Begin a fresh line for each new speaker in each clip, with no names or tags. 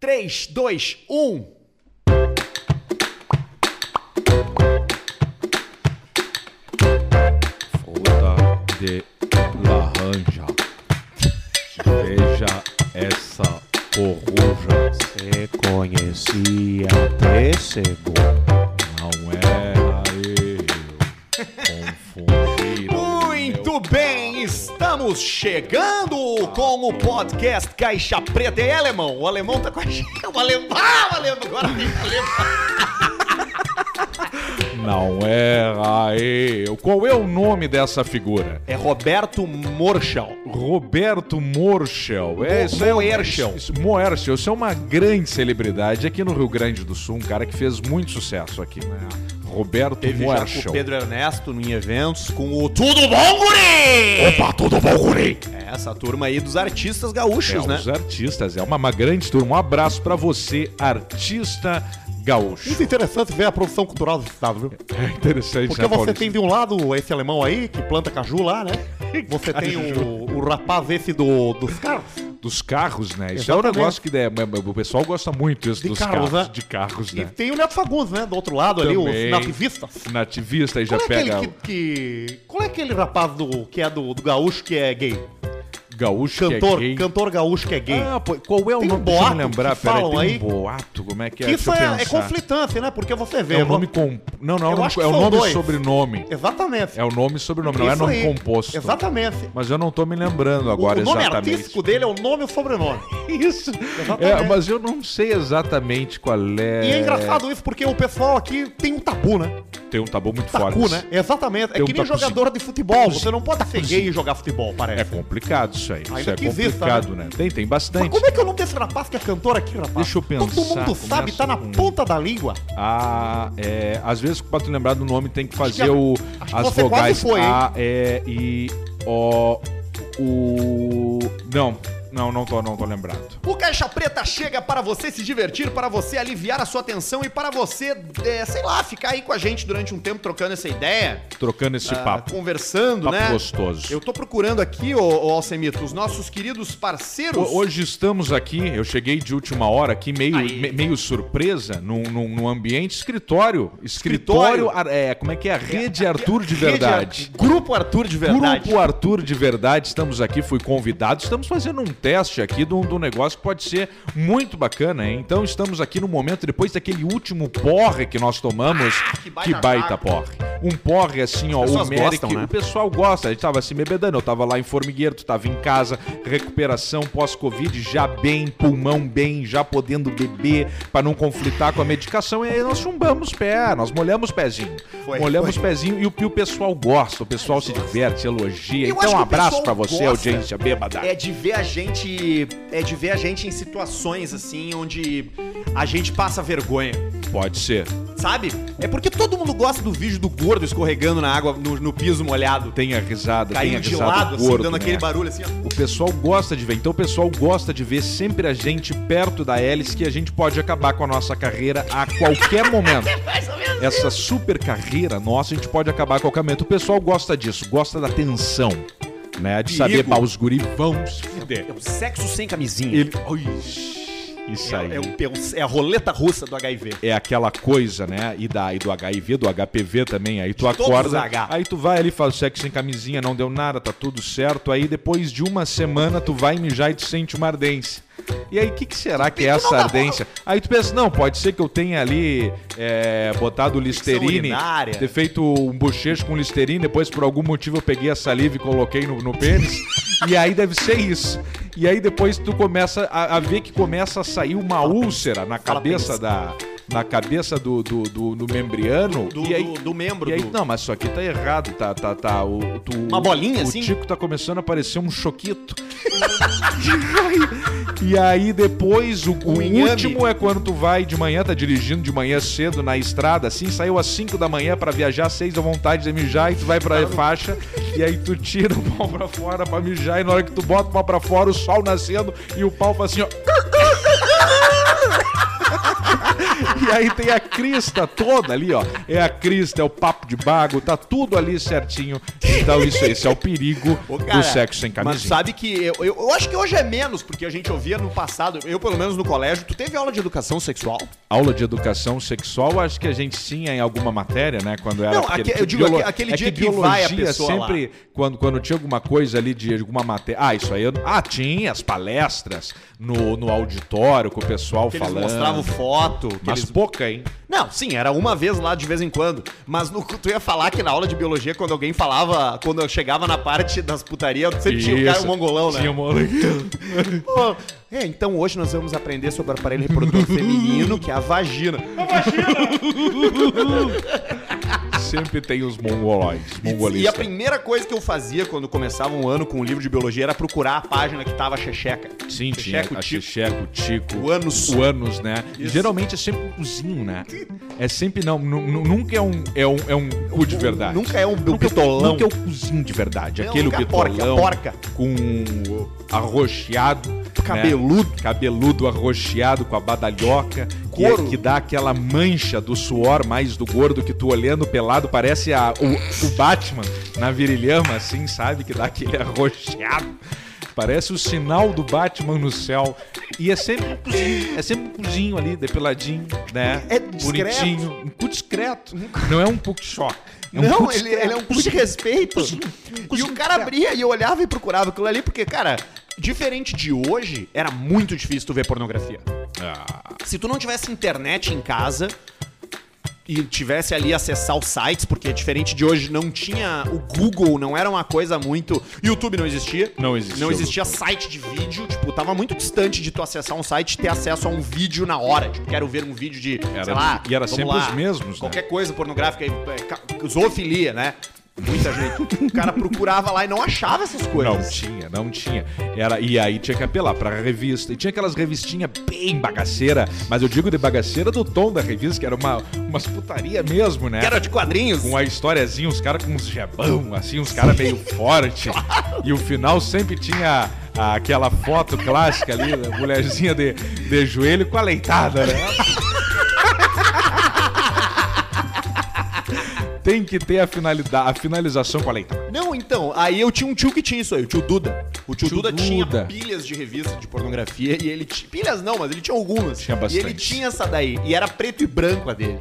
3, 2, 1.
Puta de laranja. Veja essa coruja.
Você conhecia pêssego?
Não era eu. Confundiram.
Muito bem, estamos chegando com o podcast Caixa Preta. É alemão, o alemão tá com a gente. O alemão, ah, o alemão, agora vem o alemão.
Não era eu. Qual é o nome dessa figura?
É Roberto Morchal.
Roberto Morchel.
Mo-
É, isso é um-
Moerschel.
isso- Moerschel. Isso é uma grande celebridade aqui no Rio Grande do Sul, um cara que fez muito sucesso aqui. né? Roberto
Teve já com
Moerschel.
o Pedro Ernesto em eventos com o Tudo Bom Guri!
Opa, tudo bom, guri?
É, essa turma aí dos artistas gaúchos,
É,
né?
os artistas. É uma, uma grande turma. Um abraço pra você, artista gaúcho.
Muito interessante ver a produção cultural do estado, viu?
É interessante,
Porque
né,
você
Paulista?
tem de um lado esse alemão aí, que planta caju lá, né? Você tem o, o rapaz esse do, dos carros.
Dos carros, né? Isso é um
Exatamente.
negócio que né, o pessoal gosta muito isso
De
dos
carros,
carros.
né?
De carros,
E
né?
tem o Neto Fagundes, né? Do outro lado ali,
Também.
os nativistas.
Nativista aí já
Qual é
pega
aquele que, que- Qual é aquele rapaz do, que é do, do gaúcho que é gay?
gaúcho
Cantor,
que é gay.
cantor gaúcho que é gay.
Ah, pô, qual é o
Tem
nome?
um
Deixa eu
boato
me lembrar,
que
peraí,
falam
tem
aí
um boato, como é que é?
que isso
Deixa eu
é, é
pensar.
conflitante, né? Porque você vê.
É o
vo-
nome com... Não, não, é o
Eu
nome-
acho que
é o
são
nome e
dois.
sobrenome.
Exatamente.
É o nome e sobrenome, não é
Isso
nome
aí.
composto.
Exatamente.
Mas eu não tô me lembrando agora
o nome
exatamente.
artístico dele é o nome e o sobrenome.
Isso.
Exatamente.
É, mas eu não sei exatamente qual é.
E é engraçado isso porque o pessoal aqui tem um tabu, né?
Tem um tabu muito
Tabu,
forte.
né? Exatamente. É
Tem um
que nem
tabuzinho.
jogador de futebol. Você não pode ser gay e jogar futebol,
É
parece.
complicado isso aí. Isso
Ainda
é
que exista,
complicado, né? Tem, tem
Mas
bastante.
como é que é o nome desse rapaz que é cantor aqui, rapaz?
Deixa eu pensar,
Todo mundo sabe,
começa um.
tá na
com-
ponta da língua.
Ah, é, às vezes, pra tu lembrar do nome, tem que fazer
que a-
o,
acho que
as
você quase
vogais.
foi, hein?
a, E, I, O, U. Não, não, não tô, não tô lembrado.
O Caixa Preta chega para você se divertir, para você aliviar a sua tensão e para você, é, sei lá, ficar aí com a gente durante um tempo trocando essa ideia,
Trocando esse
ah,
papo.
conversando,
Papo
né?
gostoso.
Eu tô procurando aqui, ô, ô Alcemito, os nossos queridos parceiros.
Ho- Hoje estamos aqui, eu cheguei de última hora aqui, meio,
Aí.
me- meio surpresa, num, num- num ambiente escritório.
Escritório.
Escritório, ar- é, como é que é? A Rede Arthur de
Rede
Verdade.
Ar- Grupo Arthur de Verdade.
Grupo Arthur de Verdade, estamos aqui, fui convidado. Estamos fazendo um teste aqui de um, de um negócio que pode ser muito bacana, hein? Então estamos aqui no momento, depois daquele último porre que nós tomamos.
que
Ah, que
baita
baita,
taco.
porre. Um porre assim, ó,
pessoas
o Merck,
gostam, né?
o pessoal gosta. A gente tava se bebedando, eu tava lá em Formigueiro, tu tava em casa, recuperação pós-Covid, já bem, pulmão bem, já podendo beber pra não conflitar com a medicação. E aí nós chumbamos pé, nós molhamos pezinho.
Foi,
molhamos
foi.
pezinho e o, e o pessoal gosta, o pessoal se diverte, elogia.
Eu acho
Então, um
que o
abraço
pessoal
pra você,
gosta.
audiência bêbada.
É de ver a gente. É de ver a gente em situações assim onde a gente passa vergonha.
Pode ser.
Sabe? É porque todo mundo gosta do vídeo do gordo escorregando na água, no, no piso molhado.
Tem a risada, tem a
Caindo de
risada
lado, assim,
gordo,
dando
né?
aquele barulho assim, ó.
O pessoal gosta de ver. Então o pessoal gosta de ver sempre a gente perto da hélice que a gente pode acabar com a nossa carreira a qualquer momento. Essa super carreira nossa, a gente pode acabar a qualquer momento. O pessoal gosta disso, gosta da tensão, né? De saber,
Perigo.
pá, os guri vão se fuder.
É o sexo sem camisinha.
Ele... Ui, isso aí.
É, o- é o- é a roleta russa do HIV.
é aquela coisa, né? E, da, e do HIV, do HPV também. Aí tu
De todos os
acorda,
H.
aí tu vai ali, faz sexo sem camisinha, não deu nada, tá tudo certo. Aí depois de uma semana tu vai mijar e tu sente uma ardência. E aí, o que, que será que é essa ardência? Aí tu pensa, não, pode ser que eu tenha ali é, botado listerine,
urinária.
ter feito um bochecho com listerine, depois por algum motivo eu peguei a saliva e coloquei no, no pênis. e aí deve ser isso. E aí depois tu começa a, a ver que começa a sair uma úlcera na
Fala
cabeça
pênis.
da na cabeça do, do, do, do membriano
Do,
e aí,
do- do membro
e aí
do.
não mas isso aqui tá errado tá tá tá o, tu-
Uma bolinha,
o
assim?
tico tá começando a parecer um choquito e aí depois o, o
Um inhame.
último é quando tu vai de manhã tá dirigindo de manhã cedo na estrada assim saiu às 5 da manhã pra viajar às 6 da vontade de mijar e tu vai pra faixa e aí tu tira o pau pra fora pra mijar e na hora que tu bota o pau pra fora o sol nascendo e o pau faz assim ó E aí tem a crista toda ali, ó. É a crista, é o papo de bago, tá tudo ali certinho. Então isso, esse é o perigo
Ô, cara,
do sexo sem
Mas
camisinha.
sabe que eu, eu, eu acho que hoje é menos, porque a gente ouvia no passado, eu pelo menos no colégio, tu teve aula de educação sexual?
Aula de educação sexual, acho que a gente tinha em alguma matéria, né? Quando era
Não,
pequeno.
aque- eu
Que
digo, aque- aquele dia que vai a
biologia
pessoa lá.
sempre, Quando, quando tinha alguma coisa ali de alguma matéria. Ah, isso aí. eu- Ah, tinha as palestras no, no auditório com o pessoal
Que eles
falando.
mostravam foto. que
Mas
eles-
pouca, hein?
Não, sim, era uma vez lá de vez em quando. Mas no, tu ia falar que na aula de biologia, quando alguém falava, quando eu chegava na parte das putarias, sempre tinha o cara, o
Isso.
mongolão, né?
Tinha um- o mongolão.
Pô, É, então hoje nós vamos aprender sobre o aparelho reprodutor feminino, que é a vagina.
Sempre tem os mongoloides,
E a
mongolistas.
primeira coisa que eu fazia quando começava um ano com um livro de biologia era procurar a página que tava a checheca.
Sim, tinha
Checheco,
a
tico.
Checheco, o Tico,
O ânus.
o ânus, né?
Isso.
Geralmente é sempre um cozinho, né? É sempre, não, nu- nu- nunca é um, é um, é um cu de verdade.
Nunca é um
Nunca é-
bitolão.
Nunca é o cozinho de verdade.
Não,
Aquele
nunca é a porca,
bitolão
a porca.
com arroxeado.
Cabeludo.
Né? Cabeludo arroxeado com a badalhoca. Que, é-
Couro.
que dá aquela mancha do suor mais do gordo que tu olhando pelado parece a, o, o Batman na virilhama, assim, sabe? Que dá aquele arroxeado. Parece o sinal do Batman no céu. E é sempre um cozinho, é sempre um cozinho ali, depeladinho, né?
É discreto.
Bonitinho. Um cu discreto. Não é um cu que choca. É um
Não,
cu
ele,
discreto.
ele é um cu de respeito. E o cara abria e eu olhava e procurava aquilo ali, porque, cara, diferente de hoje, era muito difícil tu ver pornografia.
Ah.
Se tu não tivesse internet em casa e tivesse ali acessar os sites, porque diferente de hoje não tinha o Google, não era uma coisa muito. YouTube não existia.
Não existia
Não
o
existia site de vídeo, tipo, tava muito distante de tu acessar um site e ter acesso a um vídeo na hora. Tipo, quero ver um vídeo de, sei
Era-
lá.
e era
vamos
sempre os mesmos, né?
Qualquer coisa pornográfica, é, é, ca- zoofilia, né? Muita gente. o cara procurava lá e não achava essas
Não
coisas.
tinha, não tinha. Era, e aí tinha que apelar pra revista. E tinha aquelas revistinhas bem bagaceira, mas eu digo de bagaceira do tom da revista, que era uma, umas putaria mesmo, né?
Que era de quadrinhos.
Com a historiazinha, os caras com uns jabão, assim, uns caras meio forte. E o final sempre tinha a- aquela foto clássica ali, da mulherzinha de, de joelho com a leitada, né? Tem que ter a, finalidade, a finalização com a leitada.
Não, então, aí eu tinha um tio que tinha isso aí, o tio Duda. O tio,
Tio
Duda,
Duda.
tinha pilhas de revista de pornografia e ele tinha. Pilhas não, mas ele tinha algumas.
Tinha
E ele
bastante.
tinha essa daí. E era preto e branco a dele.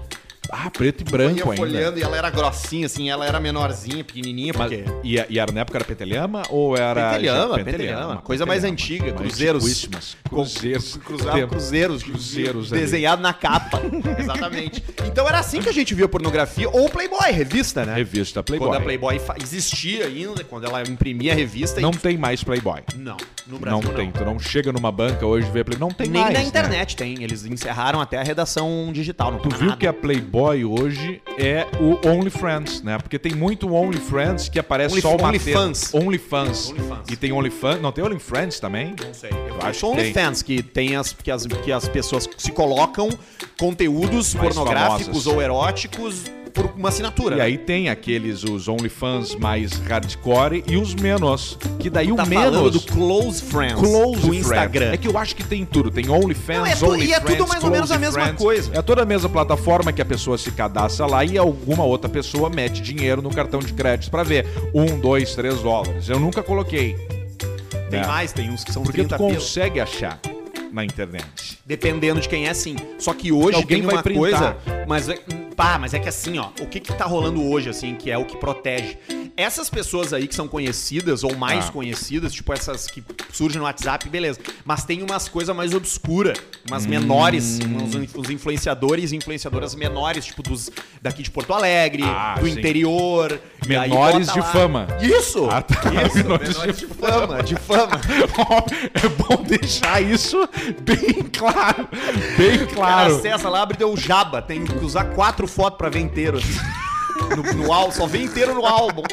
Ah, preto e
Eu
branco
ia
ainda.
folheando e ela era grossinha, assim, ela era menorzinha, pequenininha,
Mas,
porque.
e, e era na época era pentelhama ou era.
Pentelhama,
já-
pentelhama, Coisa mais antiga, cruzeiros.
antiquíssimas.
Com-
Cruzeiros.
Cruzava
Tem-
cruzeiros,
cruzeiros ali.
desenhado na capa. Exatamente. Então era assim que a gente via pornografia ou Playboy, revista, né?
Revista Playboy.
Quando a Playboy fa- existia ainda, quando ela imprimia a revista
Não tem mais Playboy.
e. Não, no Brasil
Não tem. Tu não chega numa banca hoje e vê Playboy. Não tem
Nem
mais.
na
né?
internet tem. Eles encerraram até a redação digital. Não
Tu
tem
viu
nada.
que a Playboy hoje é o OnlyFriends, né? Porque tem muito OnlyFriends que aparece
Only-
só o
OnlyFans.
OnlyFans.
OnlyFans.
E tem OnlyFans. Não, tem OnlyFriends também?
Não sei. Eu,
acho
sou
que tem.
OnlyFans, que tem as que, as que as pessoas se colocam conteúdos
Mais
pornográficos
famosas.
ou eróticos por uma assinatura. né?
E aí tem aqueles, os OnlyFans mais hardcore e os menos. Que daí
tá
o
falando
menos.
do Close Friends
Close
do
friend.
Instagram.
É que eu acho que tem tudo. Tem OnlyFans,
Não, é tu-
OnlyFans,
e é tudo mais ou menos
Close
a mesma
Friends.
coisa.
É toda a mesma plataforma que a pessoa se cadastra lá e alguma outra pessoa mete dinheiro no cartão de crédito pra ver. Um, dois, três dólares. Eu nunca coloquei.
Tem
É.
mais, tem uns que são
Porque tu
30 pila.
consegue achar na internet.
Dependendo de quem é, sim. Só que hoje
Alguém
tem
vai
uma
printar.
coisa. Mas é, pá, mas é que assim, ó. O que que tá rolando hoje, assim, que é o que protege? Essas pessoas aí que são conhecidas ou mais
Ah.
conhecidas, tipo essas que surgem no WhatsApp, beleza. Mas tem umas coisas mais obscuras, umas menores,
Hum.
uns, in- uns influenciadores e influenciadoras menores, tipo dos daqui de Porto Alegre,
Ah,
do
sim.
interior. e aí
Menores
bota
de
lá-
fama.
Isso!
Ah, tá.
Isso,
Menores
menores
de
de fama, de fama.
é bom deixar isso bem claro. Bem
cara
claro.
acessa lá, abre e deu o jaba. Tem que usar quatro fotos pra ver inteiro. assim. No, no álbum, só vê inteiro no álbum.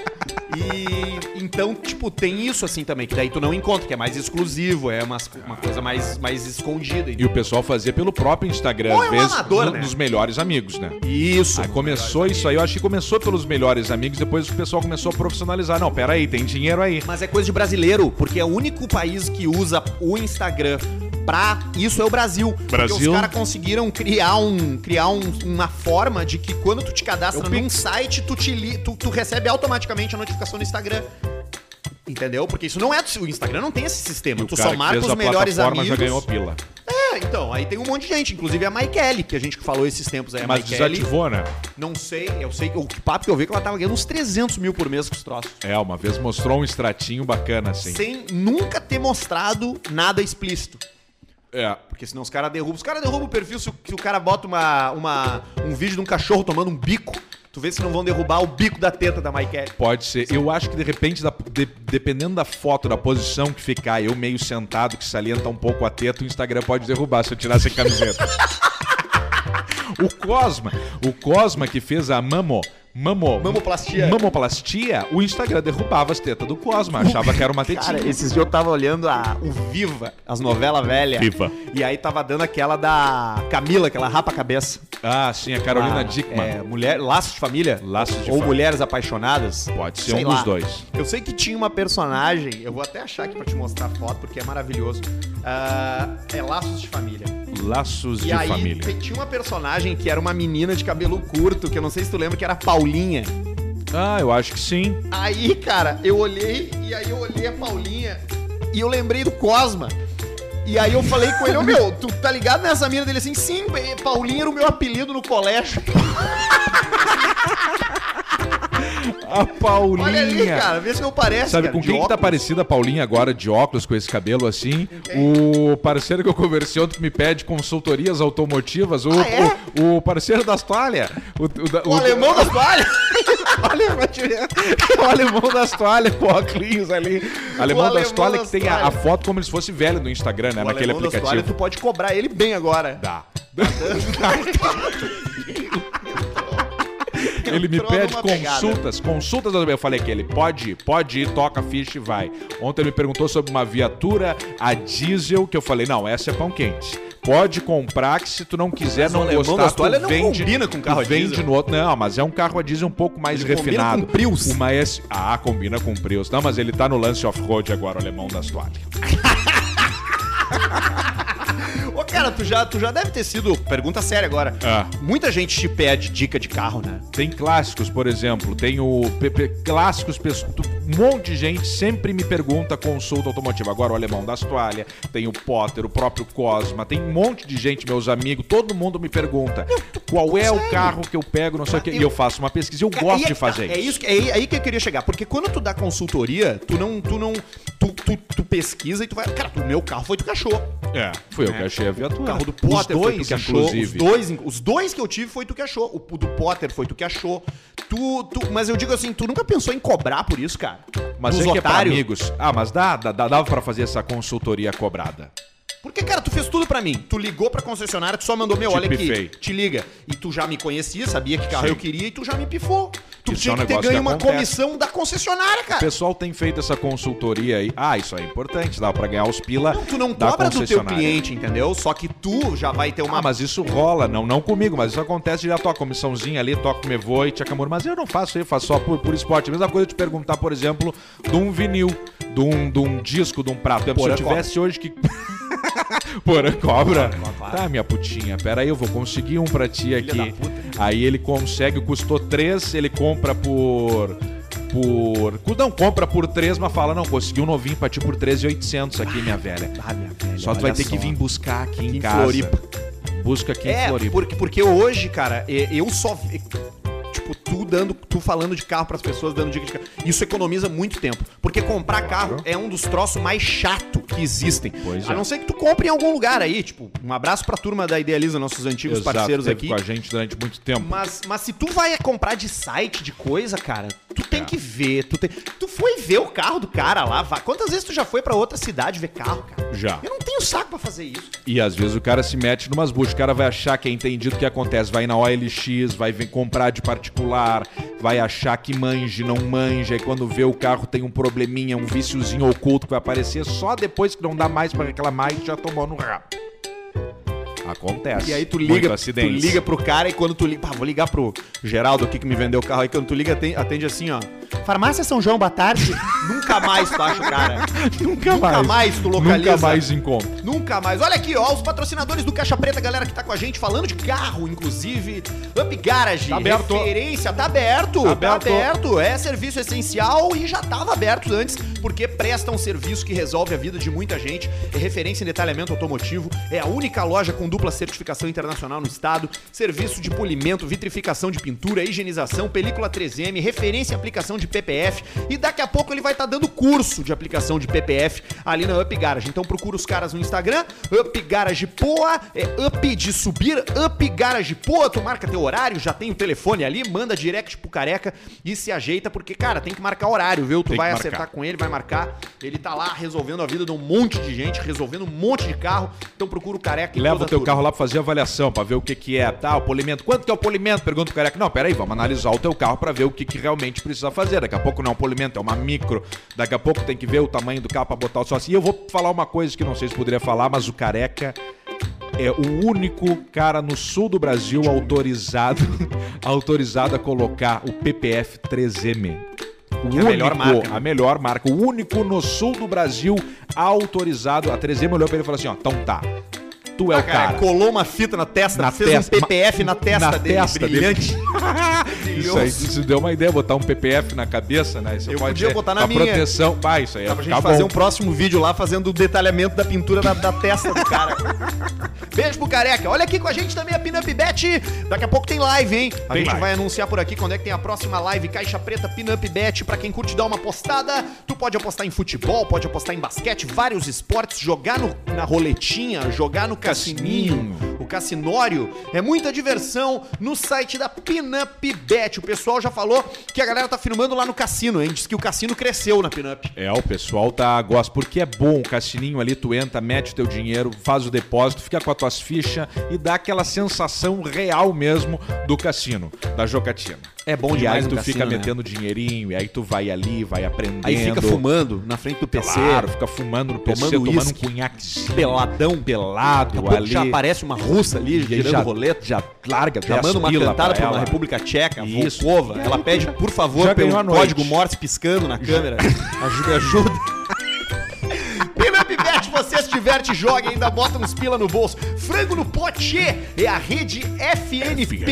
E então, tipo, tem isso assim também, que daí tu não encontra, que é mais exclusivo, é umas- uma, coisa mais, mais escondida.
E o pessoal fazia pelo próprio Instagram,
Ou
às
é um
vezes,
amador,
no-
né?
nos melhores amigos, né?
Isso.
Ah, começou isso aí, eu acho que começou pelos melhores amigos, depois o pessoal começou a profissionalizar. Não, pera aí, tem dinheiro aí.
Mas é coisa de brasileiro, porque é o único país que usa o Instagram comprar. Isso é o Brasil. Porque
Brasil.
os caras conseguiram criar, um, criar um- uma forma de que quando tu te cadastra
Eu
num site, tu, te li- tu, tu recebe automaticamente a notificação no Instagram. Entendeu? Porque isso não é. do- O Instagram não tem esse sistema.
E o
Tu
cara
só
que
marca
fez
os
a
melhores
plataforma
amigos.
já ganhou a pila.
É, então, aí tem um monte de gente, inclusive a Maikele, que a gente que falou esses tempos aí. A
Mas
Maikele,
desativou, né?
não sei, eu sei, o papo que eu vi é que ela tava ganhando uns 300 mil por mês com os troços.
É, uma vez mostrou um extratinho bacana, assim.
Sem nunca ter mostrado nada explícito.
É.
Porque senão os caras derrubam. Os caras derrubam o perfil se o, se o cara bota uma, uma, um vídeo de um cachorro tomando um bico. Tu vê se não vão derrubar o bico da teta da Maikele.
Pode ser. Eu acho que de repente, da- de- dependendo da foto, da posição que ficar, eu meio sentado, que salienta um pouco a teta, o Instagram pode derrubar se eu tirar sem camiseta. o Cosma, o Cosma que fez a Mamo. Mamo.
Mamoplastia.
Mamoplastia, o Instagram derrubava as tetas do Cosma. Achava que era uma tetinha.
Cara, esses dias eu tava olhando a, o Viva, as novelas velhas.
Viva.
E aí tava dando aquela da Camila, aquela rapa a cabeça.
Ah, sim, a Carolina
Ah,
Dickman.
É, mulher, laços de família?
Laços de
Ou
Família.
mulheres apaixonadas?
Pode ser
Sei
um dos
lá.
dois.
Eu sei que tinha uma personagem, eu vou até achar aqui pra te mostrar a foto, porque é maravilhoso. Ah, é Laços de Família.
Laços
E
de
aí
família.
te- tinha uma personagem que era uma menina de cabelo curto, que eu não sei se tu lembra, que era a Paulinha.
Ah, eu acho que sim.
Aí, cara, eu olhei e aí eu olhei a Paulinha e eu lembrei do Cosma. E aí eu falei com ele, ô meu, tu tá ligado nessa mina dele assim? Sim, bem, Paulinha era o meu apelido no colégio.
A Paulinha.
Olha ali, cara, vê se não parece.
Sabe
cara,
com
é de
quem que tá
óculos. É.
parecida a Paulinha agora, de óculos, com esse cabelo assim? O parceiro que eu conversei ontem que me pede consultorias automotivas, o,
Ah, é?
o, o parceiro das toalhas. O, da-
O alemão das toalhas?
Olha, vai direto. o alemão das toalhas com óculos ali. Alemão,
alemão
das toalhas
das
que tem a, a
toalhas.
foto como se fosse velho no Instagram, né?
O
naquele
alemão das
aplicativo.
toalhas, tu pode cobrar ele bem agora.
Dá. Ele me
Entrou
pede
numa pegada.
consultas, consultas. Eu falei que ele pode ir, pode ir, toca a ficha e vai. Ontem ele me perguntou sobre uma viatura a diesel, que eu falei, não, essa é pão quente. Pode comprar, que se tu não quiser,
Mas é o
não
alemão
gostar,
das
tu
toalhas não
vende,
combina com carro
tu
a
vende
diesel.
no outro. Não, mas é um carro a diesel um pouco mais
Ele combina
refinado.
com Prius.
Uma S... Ah, combina com Prius. Não, mas ele tá no lance off-road agora, o alemão das toalhas.
Ô, cara, tu já, tu já deve ter sido. Pergunta séria agora.
Ah.
Muita gente te pede dica de carro, né?
Tem clássicos, por exemplo, tem o PP, clássicos, pes- tu- um monte de gente sempre me pergunta consulta automotiva. Agora o alemão das toalhas, tem o Potter, o próprio Cosma, tem um monte de gente, meus amigos, todo mundo me pergunta qual é o
sério?
carro que eu pego, não sei o quê. E
eu-
eu faço uma pesquisa, e eu
Cara,
gosto
aí é
de
que tá,
fazer
É isso que, é aí- aí que eu queria chegar. Porque quando tu dá consultoria, tu não. Tu não. Tu, tu, tu pesquisa e tu vai. Cara, o meu carro foi do cachorro.
É, foi eu que achei a viatura.
O carro do Potter
Os
foi tu
dois,
que achou. Os
inclusive.
dois, in- os dois que eu tive foi tu que achou. O p- do Potter foi tu que achou. Tu, tu, mas eu digo assim, tu nunca pensou em cobrar por isso, cara?
Mas
Dos
é que é pra
otários?
amigos. Ah, mas dá, dá, dá- dava pra fazer essa consultoria cobrada.
Porque, cara, tu fez tudo pra mim. Tu ligou pra concessionária, tu só mandou, meu,
Te
olha aqui,
pifei.
te liga. E tu já me conhecia, sabia que carro
Sim.
eu queria e tu já me pifou. Tu
Isso é
tinha
um
que ter
negócio
ganho
que
uma
acontece.
comissão da concessionária,
O
cara.
pessoal tem feito essa consultoria aí. Ah, isso é importante, dá pra ganhar os pila.
Não, tu não
da
cobra do teu
concessionária.
cliente, entendeu? Só que tu já vai ter uma...
Ah, mas isso rola, não, não comigo, mas isso acontece já toca comissãozinha ali, toca o Mevoi, Tchacamur, mas eu não faço isso, eu faço só por, por esporte. Mesma coisa eu te perguntar, por exemplo, de um vinil, de um, de um disco, de um prato. Por exemplo, se
Porã
eu tivesse hoje que. Porã cobra.
claro.
Tá, minha putinha, pera aí, eu vou conseguir um pra ti aqui.
da puta.
Aí ele consegue, custou três, ele compra por. Por. Não, compra por três, mas fala, não, consegui um novinho pra ti por 13,800 aqui, minha velha.
Ah, minha velha,
Só tu
olha
vai ter
só.
que vir buscar aqui em,
Em
casa.
Floripa.
Busca aqui em
É,
Floripa.
porque, porque hoje, cara, e- eu só... vi- Tipo, tu dando, tu falando de carro pras pessoas, dando dica de carro. Isso economiza muito tempo. Porque comprar carro é um dos troços mais chato que existem.
Pois
a
é.
não ser que tu compre em algum lugar aí. Tipo, um abraço pra turma da Idealiza, nossos antigos
Exato,
parceiros
teve
aqui.
com a gente durante muito tempo.
Mas, mas se tu vai comprar de site, de coisa, cara, tu tem
É.
que ver. Tu, tem... tu foi ver o carro do cara lá. vá- Quantas vezes tu já foi pra outra cidade ver carro, cara?
Já.
Eu não tenho saco pra fazer isso.
E às vezes o cara se mete numas buchas. O cara vai achar que é entendido o que acontece. Vai na OLX, vai vir comprar de particular, vai achar que manje, não manja. E quando vê o carro tem um probleminha, um viciozinho oculto que vai aparecer só depois que não dá mais pra reclamar e já tomou no rabo. Acontece.
E aí tu
Muito
liga, tu
acidente.
liga pro cara e quando tu liga. Pá, vou ligar pro Geraldo aqui que me vendeu o carro aí. Quando tu liga, atende, atende assim, ó. Farmácia São João, boa tarde. Nunca Nunca mais tu acha o cara.
Nunca,
Nunca mais tu localiza.
Nunca mais encontra.
Nunca mais. Olha aqui, ó, os patrocinadores do Caixa Preta, galera que tá com a gente, falando de carro, inclusive. Up Garage,
Tá aberto.
referência, tá aberto,
Tá
tá
aberto.
aberto. É serviço essencial e já tava aberto antes, porque presta um serviço que resolve a vida de muita gente. É referência em detalhamento automotivo, é a única loja com dupla certificação internacional no estado. Serviço de polimento, vitrificação de pintura, higienização, película 3M, referência em aplicação de PPF. E daqui a pouco ele vai estar dando curso de aplicação de PPF ali na Up Garage. Então procura os caras no Instagram, Up Garage Poa, é Up de subir, Up Garage Poa, tu marca teu horário, já tem o telefone ali, manda direct pro careca e se ajeita, porque, cara, tem que marcar horário, viu? Tu
Tem que
vai
marcar.
acertar com ele, vai marcar. Ele tá lá resolvendo a vida de um monte de gente, resolvendo um monte de carro. Então procura o careca e
Leva
toda
o
a
teu
turma.
carro lá pra fazer avaliação, pra ver o que que é, tá? O polimento. Quanto que é o polimento? Pergunta o careca. Não, peraí, vamos analisar o teu carro pra ver o que que realmente precisa fazer. Daqui a pouco não é um polimento, é uma micro. Daqui a pouco tem que ver o tamanho do carro pra botar o sócio. E eu vou falar uma coisa que não sei se poderia falar, mas o careca é o único cara no sul do Brasil autorizado autorizado a colocar o PPF 3M. O
É a melhor marca, né?
a melhor marca, o único no sul do Brasil autorizado. A 3M olhou pra ele e falou assim: ó, então tá. Tu é o cara.
Ah, colou uma fita na testa,
Na
fez
testa,
um PPF na testa
na
dele,
testa dele.
brilhante.
Isso aí, isso deu uma ideia, botar um PPF na cabeça, né? Isso
Eu
pode
podia
ser
botar na
uma
minha.
proteção. Ah, isso aí,
Dá
ia
pra
ficar
gente fazer
bom.
um próximo vídeo lá fazendo o detalhamento da pintura da, da testa do cara. Beijo pro careca. Olha aqui com a gente também a Pinup Bet. Daqui a pouco tem live, hein? A
Tem
gente
live.
vai anunciar por aqui quando é que tem a próxima live Caixa Preta Pinup Bet. Pra quem curte dar uma apostada, tu pode apostar em futebol, pode apostar em basquete, vários esportes, jogar no- na roletinha, jogar no cassininho, o cassinório. É muita diversão no site da Pinup Bet. O pessoal já falou que a galera tá firmando lá no cassino, hein? Diz que o cassino cresceu na Pinup.
É, o pessoal tá gosta, porque é bom o cassininho ali, tu entra, mete o teu dinheiro, faz o depósito, fica com as tuas fichas e dá aquela sensação real mesmo do cassino, da jogatina.
É bom
e aí
demais
tu
no
fica
cassino, né?
metendo dinheirinho, e aí tu vai ali, vai aprendendo.
Aí fica fumando na frente do PC,
Claro, fica fumando no PC,
Tomando
tomando um
uísque.
cunhaquezinho.
peladão,
pelado
Daqui a pouco
ali.
Já aparece uma russa ali,
E aí
girando
já,
roleta,
já larga, já
chamando uma cantada pra uma
república.
República Tcheca,
Isso.
Volkova. Ela pede, por
Já
favor,
ganhou a
pelo
noite.
código Morse piscando na câmera. Ajuda, ajuda. Pinup Bet, você se diverte, joga e ainda bota uns pila no bolso. Frango no Pote é a rede FNP,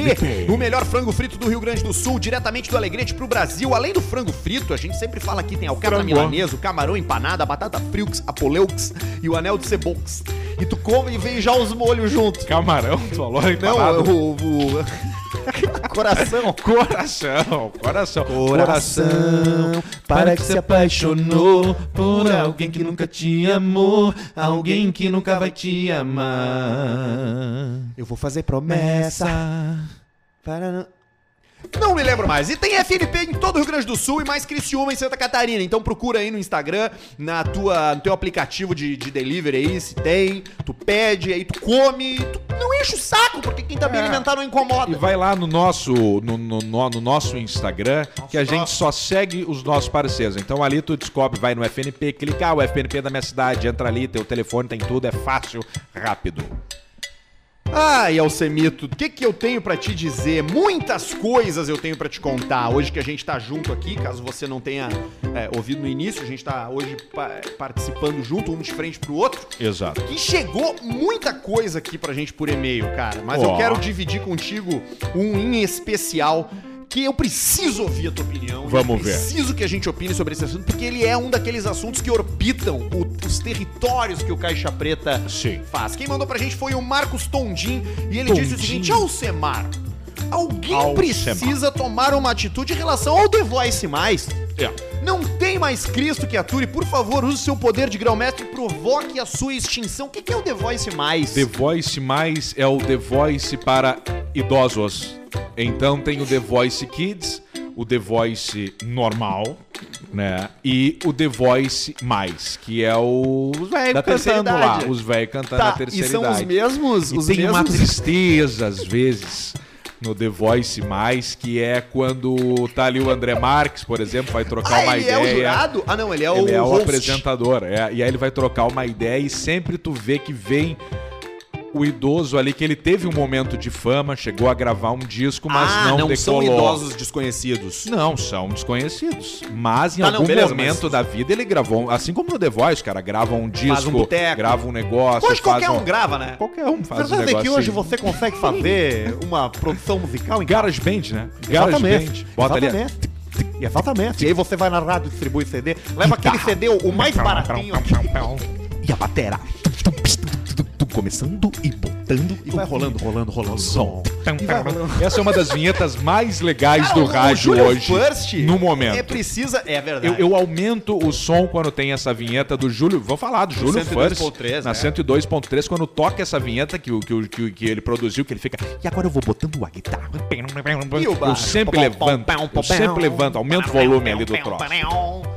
o melhor frango frito do Rio Grande do Sul, diretamente do Alegrete pro Brasil. Além do frango frito, a gente sempre fala aqui, tem alcatra
Frango.
milanesa, o camarão empanado, a batata friux, a poleux e o anel de cebox. E tu come e vem já os molhos junto.
Camarão, tu falou
Não,
empanado.
o, o- coração.
Coração, coração,
Coração, para que se apaixonou por alguém que nunca te amou, alguém que nunca vai te amar.
Eu vou fazer
Começa.
Para não... Não me lembro mais. E tem FNP em todo o Rio Grande do Sul e mais Criciúma em Santa Catarina. Então procura aí no Instagram, na tua, no teu aplicativo de, de delivery aí, se tem. Tu pede, aí tu come. Tu não enche o saco, porque quem tá bem
É.
alimentado não incomoda.
E vai lá no nosso, no, no- no- no nosso Instagram, que a gente só segue os nossos parceiros. Então ali tu descobre, vai no FNP, clicar ah, o FNP é da minha cidade, entra ali, teu telefone tem tudo, é fácil, rápido.
Ai, Alcemito, o que que eu tenho pra te dizer? Muitas coisas eu tenho pra te contar. Hoje que a gente tá junto aqui, caso você não tenha é, ouvido no início, a gente tá hoje pa- participando junto, um de frente pro outro.
Exato.
E chegou muita coisa aqui pra gente por e-mail, cara. Mas
Ó.
eu quero dividir contigo um em especial que eu preciso ouvir a tua opinião.
Vamos
eu
ver.
Preciso que a gente opine sobre esse assunto, porque ele é um daqueles assuntos que orbitam o- os territórios que o Caixa Preta
Sim.
faz. Quem mandou pra gente foi o Marcos Tondim e ele disse o
Tondim.
seguinte: Alcemar, alguém
Alcemar.
precisa tomar uma atitude em relação ao The Voice mais.
É.
Não tem mais Cristo que ature, por favor, use seu poder de grão-mestre e provoque a sua extinção. O que que é o The Voice mais?
The Voice Mais é o The Voice para idosos. Então tem o The Voice Kids, o The Voice normal, né? E o The Voice Mais, que é o... os velhos
Da terceira
cantando lá.
idade.
Os velhos cantando na
Tá, e
terceira
são
idade.
os mesmos?
E
os
tem uma
mesmos-
tristeza, às vezes, no The Voice Mais, que é quando tá ali o André Marques, por exemplo, vai trocar
Ah,
uma
ele
ideia.
é o jurado? Ah, não, ele é o
ele é o
host.
apresentador. é, e aí ele vai trocar uma ideia e sempre tu vê que vem o idoso ali que ele teve um momento de fama, chegou a gravar um disco, mas
ah,
não,
não,
decolou.
são idosos desconhecidos.
Não, são desconhecidos. Mas em
Tá, não,
algum
beleza,
momento
mas-
da vida ele gravou, assim como no The Voice, cara, grava um disco,
boteco.
grava um negócio,
Hoje
faz
qualquer um grava, né?
Qualquer um
A
faz um
verdade
negócio.
é que hoje
assim.
você consegue fazer uma produção musical em
Garage Band, né? Garage Band. Bota ali.
Exatamente. Exatamente. E aí você vai na rádio, distribui CD, leva aquele
Tá.
CD o mais baratinho
E a batera. Começando e botando.
e vai rolando, rolando, rolando. Som.
Essa é uma das vinhetas mais legais do rádio
Júlio é
hoje.
First
no momento.
É precisa. É verdade.
Eu, eu aumento o som quando tem essa vinheta do Júlio. Vou falar do Júlio First.
102.3,
Na
né?
102.3, quando toca essa vinheta que, o- que, o- que, o- que ele produziu, que ele fica.
E agora eu vou botando a guitarra.
E o
Eu
baixo?
sempre levanto. Eu sempre levanto. Aumento o volume ali do troço.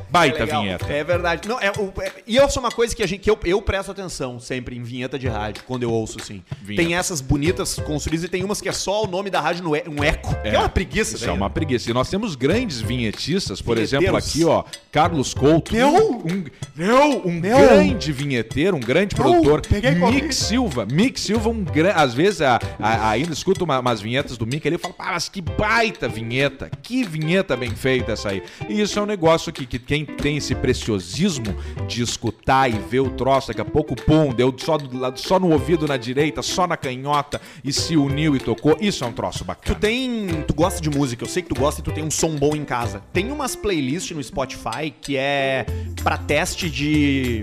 Baita
legal.
vinheta.
É verdade. Não, é, o- é- e eu sou uma coisa que, a gente, que eu, eu presto atenção sempre em vinheta de rádio, quando eu ouço, assim.
Vinheta.
Tem essas bonitas construídas e tem umas que é só o nome da rádio, no e- um eco. É, que é uma preguiça,
Isso
né?
daí,
é uma preguiça. E nós temos grandes vinhetistas, por
Vinheteiros.
exemplo, aqui, ó, Carlos Couto.
Meu!
Um, não, um
Meu!
grande vinheteiro, um grande
Não,
produtor.
peguei
Mick
Covid.
Silva. Mick Silva, um grande. Às vezes a- a- ainda escuto uma- umas vinhetas do Mick ali e falo, "Pá, mas que baita vinheta! Que vinheta bem feita essa aí. E isso é um negócio que, que quem tem esse preciosismo de escutar e ver o troço, daqui a pouco, pum, deu só, do lado- só no ouvido na direita, só na canhota e se uniu e tocou. Isso é um troço
Tu
bacana.
tem. Tu gosta de música, eu sei que tu gosta e tu tem um som bom em casa. Tem umas playlists no Spotify que é pra teste de.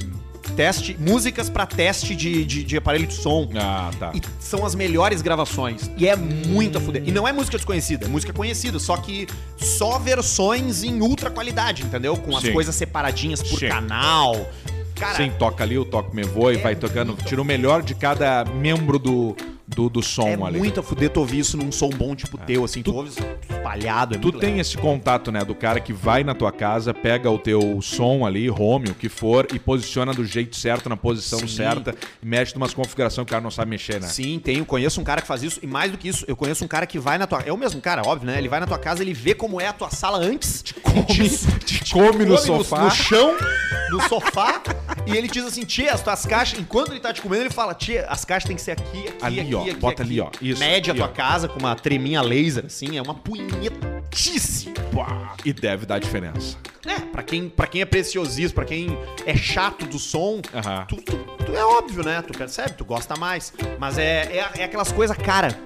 Teste. Músicas pra teste de, de, de aparelho de som.
Ah, tá.
E são as melhores gravações. E é muito a fuder. E não é música desconhecida, é música conhecida, só que só versões em ultra qualidade, entendeu? Com as
Sim.
coisas separadinhas por
Sim.
canal. Cara, é
Sim, toca ali, eu toco meu voo e vai tocando. Tira o melhor de cada membro do, do, do som
é
ali.
muito a fuder tu ouvir isso num som bom tipo teu, assim. Tu, ouves espalhado, é
Tu
muito legal.
tem esse contato, né, do cara que vai na tua casa, pega o teu som ali, home, o que for, e posiciona do jeito certo, na posição
Sim.
certa, e mexe numas configurações que o cara não sabe mexer, né?
Sim, tenho. Conheço um cara que faz isso. E mais do que isso, eu conheço um cara que vai na tua. É o mesmo cara, óbvio, né? Ele vai na tua casa, ele vê como é a tua sala antes. Te come,
Te come no sofá.
No chão, no sofá. e ele diz assim: Tia, as tuas caixas. Enquanto ele tá te comendo, ele fala: Tia, as caixas tem que ser aqui, aqui,
Ali,
aqui.
ó,
aqui,
bota
aqui."
ali, ó, isso,
Mede
aqui,
a tua
ó.
casa com uma treminha laser, assim. É uma punhetice.
Pá, E deve dar diferença.
É, pra quem, pra quem é preciosista, pra quem é chato do som,
Aham.
tu, tu- tu é óbvio, né? Tu percebe, tu gosta mais. Mas é, é, é aquelas coisas cara.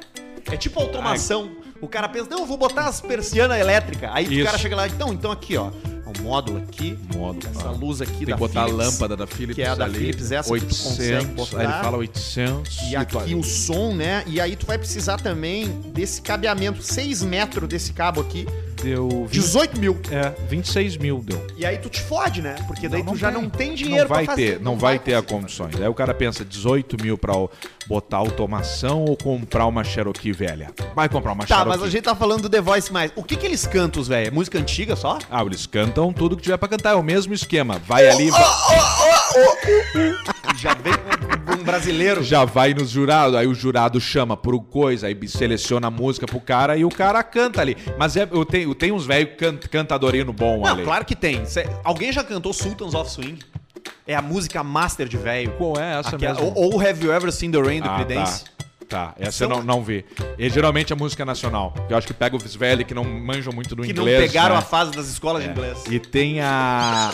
É tipo automação. O cara pensa, não, eu vou botar as persianas elétricas. Aí
Isso.
o cara chega lá, então, então aqui, ó. Um módulo aqui,
Módulo,
essa
ah.
luz aqui
Tem
da
que botar
Philips,
a lâmpada da Philips
que é a da
ali.
Philips, essa que tu consegue
800,
botar.
Aí ele fala 800.
E aqui
quarenta.
o som, né? E aí tu vai precisar também desse cabeamento, 6 metros desse cabo aqui,
Deu 20,
18 mil.
é, 26 mil, deu.
E aí tu te fode, né? Porque daí
Não,
tu
não
já
tem.
não tem dinheiro
não vai
pra fazer.
ter, não vai ter
conseguir
a
fazer.
condições. Aí o cara pensa 18 mil pra o- botar automação ou comprar uma Cherokee velha. Vai comprar uma
Tá,
Cherokee.
mas a gente tá falando do The Voice mais. O que que eles cantam, velho? É Música antiga só?
Ah, eles cantam tudo que tiver pra cantar, é o mesmo esquema. Vai ali, vai-
Já vem um, um brasileiro.
já vai nos jurados, aí o jurado chama por coisa, aí seleciona a música pro cara e o cara canta ali. Mas é, eu tenho, eu tenho uns velhos can, cantadorino bom
Não,
ali.
claro que tem. Cê- alguém já cantou Sultans of Swing? É a música master de velho.
Qual é essa
Aquela-
mesmo?
Ou, ou Have You Ever Seen the Rain do
Ah,
Creedence?
Tá, Tá, essa eu
São-
não, não vi. E geralmente é música nacional. que Eu acho que pega os velhos que não manjam muito do
Que
inglês.
não pegaram
né?
a fase das escolas de inglês.
E tem a.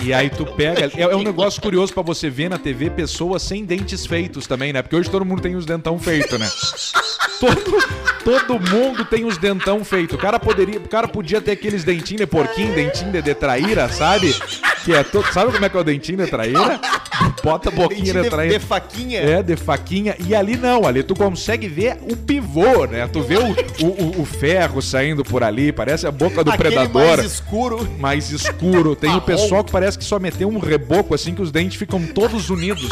E aí tu pega. É, é um negócio curioso pra você ver na TV pessoas sem dentes feitos também, né? Porque hoje todo mundo tem os dentão feito, né? Todo, todo mundo tem os dentão feito. O cara poderia, o cara podia ter aqueles dentinho de porquinho, dentinho de, de traíra, sabe? Que é todo, sabe como é que é o dentinho de traíra? Bota a boquinha
Dentinho
de
de,
traíra.
de faquinha.
É, de faquinha. E ali não, ali tu consegue ver o pivô, né? Tu vê o, o, o- o ferro saindo por ali, parece a boca do
aquele
predador.
mais escuro.
Mais escuro. Tem o pessoal que parece que só meteu um reboco, assim, que os dentes ficam todos unidos.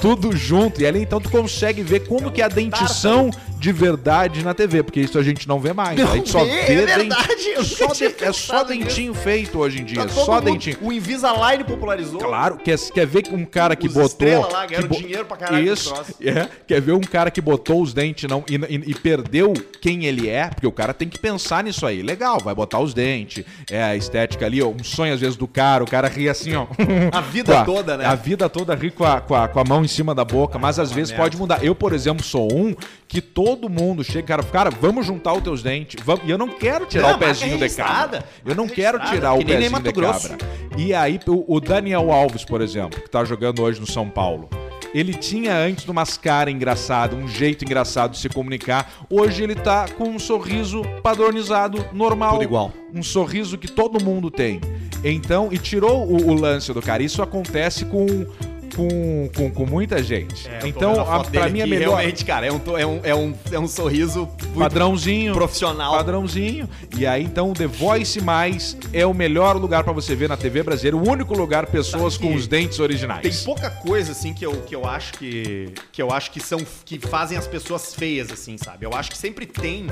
Tudo junto. E ali então tu consegue ver como que é a
Tá,
dentição de verdade na TV, porque isso a gente não vê mais. a gente só
vê,
vê,
é verdade, eu
dente. Só
nunca tinha
de- é só
pensado nisso.
dentinho feito hoje em dia.
Tá todo
só
mundo-
dentinho.
O Invisalign popularizou.
Claro, quer, quer ver que um cara que
Os
botou.
estrela lá
que
ganharam dinheiro pra caralho com
Isso,
o troço.
é, quer ver um cara que botou os dentes não, e, e- e perdeu quem ele é, porque o cara tem que pensar nisso aí. Legal, vai botar os dentes, é a estética ali, ó, um sonho às vezes do cara, o cara ri assim, ó.
A vida
com É a-
toda, né? Ah,
A vida toda ri com a, com a, com a mão em cima da boca, mas às vezes pode mudar. Eu, por exemplo, sou um que todo mundo chega, cara, cara, vamos juntar os teus dentes. Vamos... E eu não quero tirar
Não,
o pezinho de
arregistrada,
cabra. Eu não quero
arregistrada,
tirar o
que nem
pezinho
Mato
de
Grosso.
cabra. E aí, o o Daniel Alves, por exemplo, que tá jogando hoje no São Paulo. Ele tinha antes umas caras engraçadas, um jeito engraçado de se comunicar. Hoje ele tá com um sorriso padronizado, normal.
Tudo igual.
Um sorriso que todo mundo tem. Então, e tirou o, o lance do cara. Isso acontece com, com, com, com muita gente.
É, eu tô vendo
então,
a
a,
foto
pra
dele
mim é
aqui,
melhor.
Realmente, cara, é um, to- é um, é um, é um sorriso muito
Padrãozinho.
profissional.
Padrãozinho. E aí, então, o The Voice Mais é o melhor lugar pra você ver na TV brasileira. É O único lugar pessoas
Sabe
com
que
os dentes
Tem
originais.
pouca coisa, assim, que eu, que eu acho que. Que eu acho que são. Que fazem as pessoas feias, assim, sabe? Eu acho que sempre tem.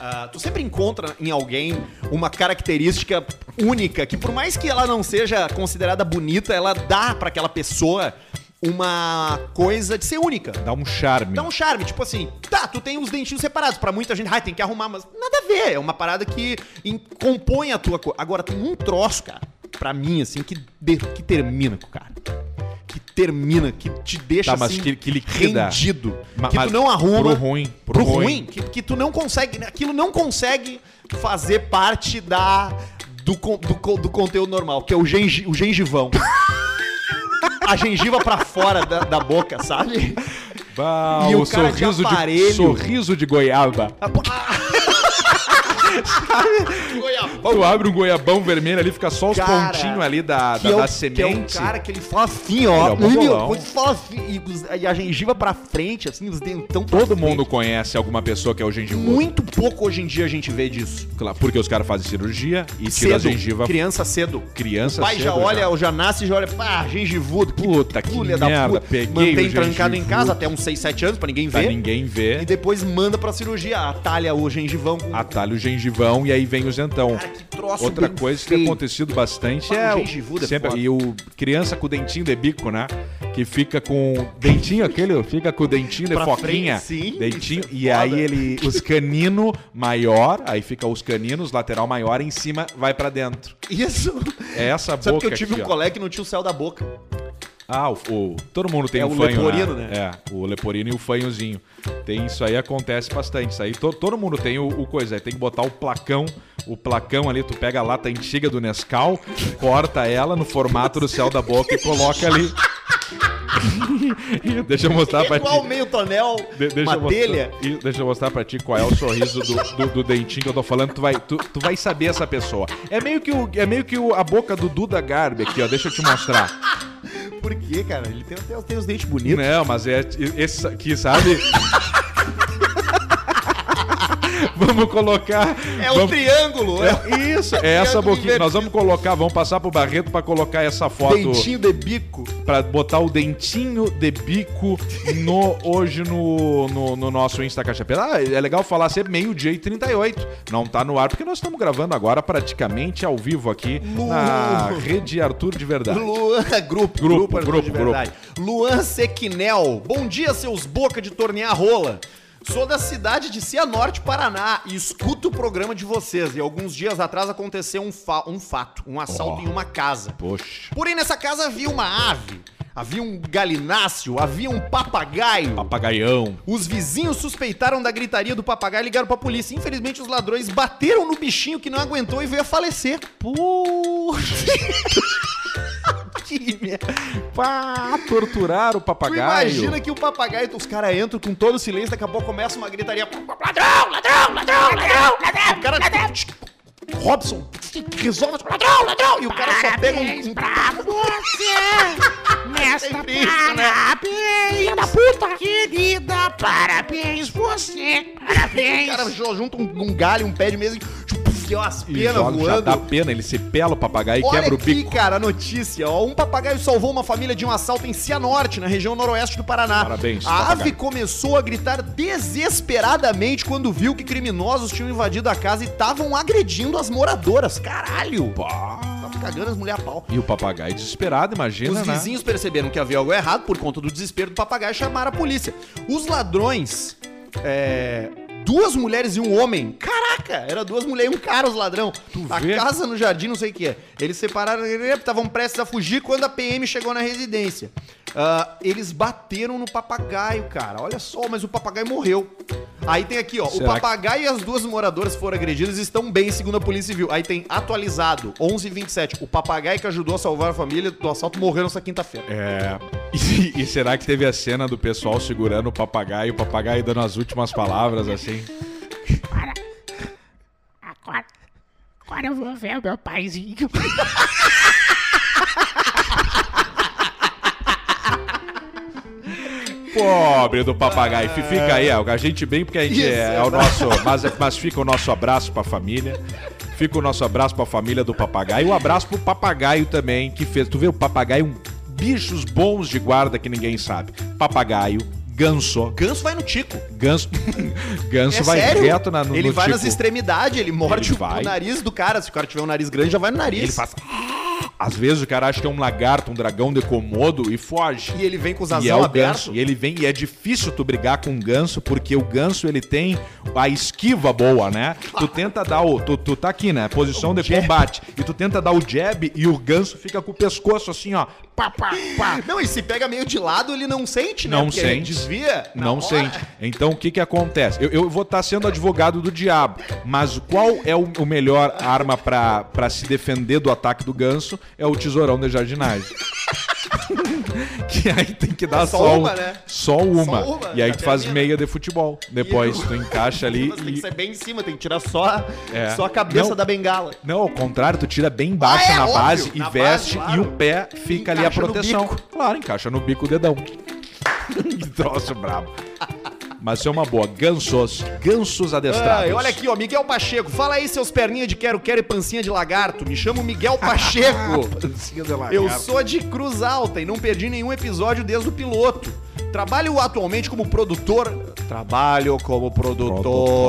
ah, tu sempre encontra em alguém uma característica única que, por mais que ela não seja considerada bonita, ela dá pra aquela pessoa uma coisa de ser única.
Dá um charme.
Dá um charme, tipo assim, tá, tu tem os dentinhos separados, pra muita gente, ai, tem que arrumar, mas nada a ver, é uma parada que em- compõe a tua coisa. Agora, tem um troço, cara, pra mim, assim, que, de- que termina com o cara. Que termina, que te deixa
Tá, mas
assim,
que, que liquida.
rendido.
Ma-
que
mas
tu não arruma.
Pro ruim. Pro,
pro
ruim.
ruim, que, que tu não consegue, né, aquilo não consegue fazer parte da do, con- do, co- do conteúdo normal, que é o, gengi, o gengivão. A gengiva pra fora da- da boca, sabe?
Bah,
E
o,
o cara de
sorriso de,
aparelho. Tá
sorriso de goiaba. Tu abre um goiabão vermelho ali, fica só os
Cara,
pontinhos ali Ah, da, da,
que é o-
da
Que é um
semente.
cara que ele fala assim,
Ele é
ó.
um bolão.
quando fala assim, e, os- e a gengiva pra frente, assim, os dentão pra
Todo
frente.
mundo conhece alguma pessoa que é o gengivoso.
Muito pouco hoje em dia a gente vê disso.
Claro, porque os caras fazem cirurgia e tira a gengiva.
Criança cedo.
Criança
o pai já
cedo,
olha, já. nasce e já olha, pá, gengivudo. Que
Puta que
filha
merda,
da
peguei
puta.
o
Mantém trancado em
gengivudo.
casa até uns 6, 7 anos pra ninguém
Pra
ver.
ninguém ver.
E depois manda pra cirurgia, atalha o gengivão. com-
Atalha o gengivão e aí vem o dentão.
Cara, que troço
Outra
bem
coisa que
feio.
tem acontecido bastante
Mas
é,
o
o-
gengivudo é
sempre,
foda.
e o criança com o dentinho de bico, né? Que fica com o dentinho aquele, fica com o dentinho de
Pra
foquinha,
frente, sim,
dentinho
isso é
e aí
foda.
ele os canino maior, aí fica os caninos lateral maior em cima vai pra dentro.
Isso.
É essa
Sabe
boca
que eu tive
aqui,
um
ó.
colega que não tinha o céu da boca.
Ah, o, o- todo mundo tem
É
um
o
fanho,
leporino,
né?
né?
É, o leporino e o fanhozinho. Tem isso aí acontece bastante. Isso aí to- todo mundo tem o, o coisa, aí tem que botar o placão, o placão ali tu pega a lata antiga do Nescau, corta ela no formato do céu da boca e coloca ali. Deixa eu mostrar pra
Igual
ti.
meio tonel,
Ah, De- deixa, eu
uma telha.
mostrar, Ih, deixa eu mostrar pra ti qual é o sorriso do, do- do dentinho que eu tô falando. Tu vai, tu, tu vai saber essa pessoa. É meio que, o, é meio que o- a boca do Duda Garbi aqui, ó. Deixa eu te mostrar.
Por quê, cara? Ele tem, tem, tem os dentes bonitos.
Não, mas é esse aqui, sabe? vamos colocar.
É um
vamos...
triângulo, é,
É isso, é essa
triângulo
boquinha.
invertido.
Nós vamos colocar, vamos passar pro Barreto pra colocar essa
um
foto.
dentinho de bico.
Pra botar o dentinho de bico no, hoje no, no, no nosso Insta Caixa Preta. Ah, é legal falar sempre meio-dia e 38. Não tá no ar, porque nós estamos gravando agora praticamente ao vivo aqui na
Lu.
Rede Arthur de Verdade.
Luan, grupo,
Grupo,
Arthur de
grupo,
verdade. Luan Sequinel. Bom dia, seus boca de tornear rola. Sou da cidade de Cianorte, Paraná, e escuto o programa de vocês. E alguns dias atrás aconteceu um, fa- um fato, um assalto
Ó.
em uma casa.
Poxa.
Porém, nessa casa havia uma ave, havia um galináceo, havia um papagaio.
Papagaião.
Os vizinhos suspeitaram da gritaria do papagaio e ligaram pra polícia. Infelizmente, os ladrões bateram no bichinho que não aguentou e veio a falecer. Puxa! que merda.
Pá, torturar o
Tu
papagaio.
imagina que o papagaio, os caras entram com todo o silêncio, daqui a pouco começa uma gritaria. Ladrão, ladrão, ladrão, ladrão, ladrão, o cara, Robson, resolve. Ladrão, ladrão. E o cara só pega um... um
você nesta
Sempre isso, né?
parabéns, querida, parabéns você,
o
parabéns.
cara só junta um, um galho, um pé de mesa e... Tchum, e ó, as
E
penas
joga- Já
voando.
dá pena, ele se pela o papagaio e
Olha
quebra o
aqui,
bico.
cara, a notícia. Ó, um papagaio salvou uma família de um assalto em Cianorte, na região noroeste do Paraná.
Parabéns,
A
papagaio.
ave começou a gritar desesperadamente quando viu que criminosos tinham invadido a casa e estavam agredindo as moradoras. Caralho!
Pá.
Tava cagando as mulher a pau.
E o papagaio desesperado, imagina,
Os
né?
vizinhos perceberam que havia algo errado por conta do desespero do papagaio e chamaram a polícia. Os ladrões, é, duas mulheres e um homem. Caraca, Caraca, era duas mulheres e um cara, os ladrão. a
vê?
casa no jardim, não sei o que é. Eles separaram, estavam prestes a fugir quando a PM chegou na residência. Ah, eles bateram no papagaio, cara. Olha só, mas o papagaio morreu. Aí tem aqui, ó. o
Será que-
papagaio e as duas moradoras que foram agredidas e estão bem, segundo a Polícia Civil. Aí tem atualizado, 11h27. O papagaio que ajudou a salvar a família do assalto morreu nessa quinta-feira.
É. E, e será que teve a cena do pessoal segurando o papagaio, o papagaio dando as últimas palavras assim?
Agora. Agora. Agora eu vou ver o meu paizinho.
Pobre do papagaio. Fi- Fica
É.
aí, ó, a gente bem, porque a gente é, é o nosso. Mas, mas fica o nosso abraço pra família. Fica o nosso abraço pra família do papagaio. Um abraço pro papagaio também, que fez. Tu vê o papagaio, um- bichos bons de guarda que ninguém sabe. Papagaio, ganso.
Ganso vai no tico.
Ganso, ganso
É
vai
sério?
reto na, no
Ele
no tipo,
vai nas
tico.
extremidades, ele morde
Ele
o-
vai.
o nariz do cara. Se o cara tiver um nariz grande, já vai no nariz.
Ele faz. Às vezes o cara acha que é um lagarto, um dragão de comodo e foge.
E ele vem com os
E é
asão
o
abertos.
ganso. E ele vem e é difícil tu brigar com um ganso, porque o ganso ele tem a esquiva boa, né? Tu tenta dar o. Tu, tu tá aqui, né? Posição de combate. E tu tenta dar o jab e o ganso fica com o pescoço assim, ó. Pá, pá, pá.
Não, e se pega meio de lado, ele não sente, né?
Não
Porque ele
sente.
Desvia. na
Não
hora.
sente. Então o que que acontece? Eu, eu vou estar sendo advogado do diabo, mas qual é o, o melhor arma pra pra se defender do ataque do ganso? É o tesourão de jardinagem. que aí tem que dar
É
só,
só
um-
uma, né?
só uma.
Só uma,
E aí
tá
tu faz
terminando.
meia de futebol. Depois tu encaixa ali
Mas tem que
e...
ser bem em cima, tem que tirar só,
É.
só a cabeça
Não.
da bengala.
Não, ao contrário, tu tira bem baixo
Ah, é,
na
óbvio,
base e
na
veste
base,
e
claro.
o pé fica ali a
Encaixa no
proteção.
bico.
Claro, encaixa no bico o dedão. que troço brabo. Mas isso é uma boa. Gansos. Gansos adestrados.
Ai, olha aqui, ó, Miguel Pacheco. Fala aí, seus perninha de quero quero e pancinha de lagarto. Me chamo Miguel Pacheco. Eu sou de Cruz Alta e não perdi nenhum episódio desde o piloto. Trabalho atualmente como produtor. Trabalho como produtor,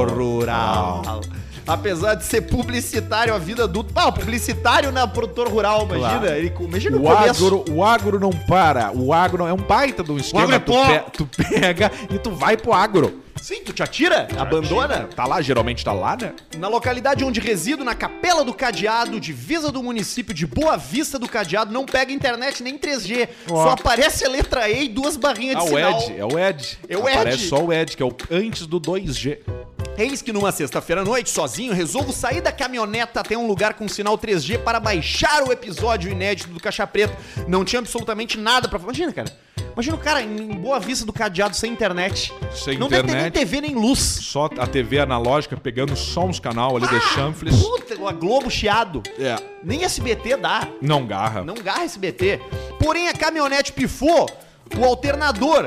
Produtor.
rural. Apesar de ser publicitário, a vida do. Ah, o publicitário na produtor rural, imagina.
Claro.
Ele, imagina
O agro, o agro não para. O agro é um baita de um esquema.
agro é
tu,
pó.
tu pega e tu vai pro agro.
Sim, tu te atira? abandona?
Tá lá, geralmente tá lá, né?
Na localidade onde resido, na Capela do Cadeado, divisa do município de Boa Vista do Cadeado, não pega internet nem 3G.
Ó.
Só aparece a letra E e duas barrinhas de
Ah, o
sinal.
Ed, é o Ed.
É o
Aparece
Ed.
só o Ed, que é o antes do 2G.
Eis que numa sexta-feira à noite, sozinho, resolvo sair da caminhoneta até um lugar com sinal 3G para baixar o episódio inédito do Caixa Preta. Não tinha absolutamente nada pra falar. Imagina, cara. Imagina o cara em Boa Vista do Cadeado sem internet.
Sem
não deve ter nem
internet.
TV nem luz. Ah,
Só a TV analógica pegando só uns canal ali de chanfles.
Puta, a Globo chiado.
É.
Nem SBT dá.
Não garra.
Não garra esse BT. Porém, a caminhonete pifou o alternador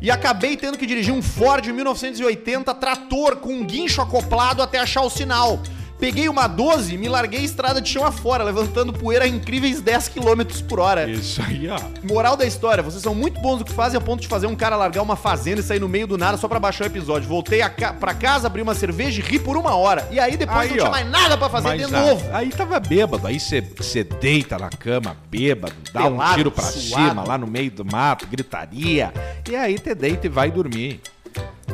e acabei tendo que dirigir um Ford 1980 trator com um guincho acoplado até achar o sinal. Peguei uma 12 e me larguei estrada de chão afora, levantando poeira a incríveis 10 km por hora.
Isso aí, ó.
Moral da história, vocês são muito bons no que fazem a ponto de fazer um cara largar uma fazenda e sair no meio do nada só pra baixar o episódio. Voltei a ca pra casa, abri uma cerveja e ri por uma hora. E aí depois
Aí,
não tinha
ó.
mais nada pra fazer
Mas
de
a-
novo.
Aí tava bêbado, aí você deita na cama, bêbado, dá um
Pelado,
tiro pra
suado.
cima, lá no meio do mato, gritaria. E aí te deita e vai dormir.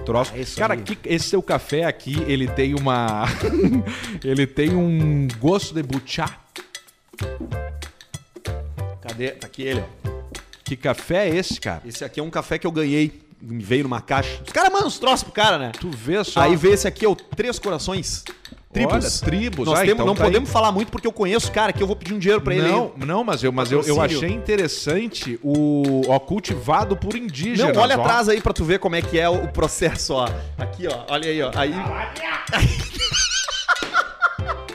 Troço.
É
Cara, que- esse seu café aqui, ele tem uma. ele tem um gosto de buchá.
Cadê? Tá aqui ele, ó.
Que café é esse, cara?
Esse aqui é um café que eu ganhei. Me veio numa caixa. Os caras mandam os troços pro cara, né?
Tu vê só.
Aí veio esse aqui, é o Três Corações. Tribos.
Olha, tribos.
Nós
Ah,
temos,
então
não
tá aí.
podemos falar muito porque eu conheço o cara que eu vou pedir um dinheiro pra ele.
não,
ainda.
não, mas eu, mas eu, eu
Patrocínio.
achei interessante o ó, cultivado por
Não,
indígenas.
olha
ó.
atrás aí pra tu ver como é que é o o processo, ó. Aqui, ó. Olha aí, ó. Aí,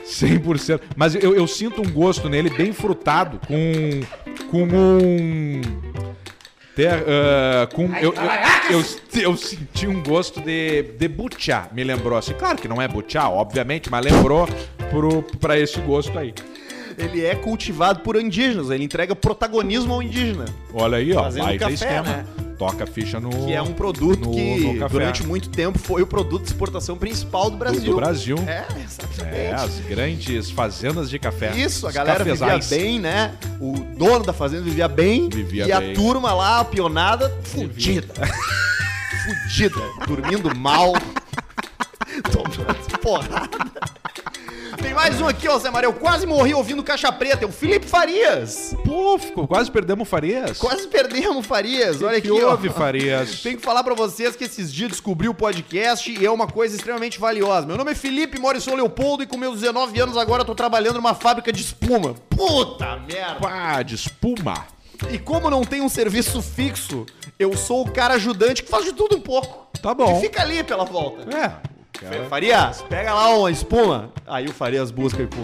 100%. Mas eu, eu sinto um gosto nele bem frutado, com. com um. ter- ah, com, eu, eu, eu, eu senti um gosto de, de butiá, me lembrou assim. Claro que não é butiá, obviamente, mas lembrou pro, pra esse gosto aí.
ele é cultivado por indígenas. Ele entrega protagonismo ao indígena.
Olha aí, ó,
Fazendo
vai ter
café,
esquema.
né?
Toca a ficha no.
Que é um produto
no-
que,
no café.
durante muito tempo, foi o produto de exportação principal do
do-
Brasil.
do Brasil.
É,
É,
exatamente.
as grandes fazendas de café.
Isso, a
Os
galera
cafezais.
vivia bem, né? O dono da fazenda vivia bem.
Vivia
e
bem.
a turma lá, a pionada, fudida. fudida. Dormindo mal. Tomando porrada. Tem mais um aqui, ó, Zé Maria. Eu quase morri ouvindo Caixa Preta. É o Felipe Farias.
Pô, ficou, quase perdemos o Farias.
Quase perdemos, Farias. Olha
que
aqui, ó.
houve, Farias?
Tenho que falar pra vocês que esses dias descobri o podcast e é uma coisa extremamente valiosa. Meu nome é Felipe, moro em São Leopoldo e com meus 19 anos agora tô trabalhando numa fábrica de espuma. Puta merda!
Pá, de espuma.
E como não tem um serviço fixo, eu sou o cara ajudante que faz de tudo um pouco.
Tá bom.
E fica ali pela volta.
É. cara.
Farias, pega lá uma espuma. Aí o Farias busca e pô.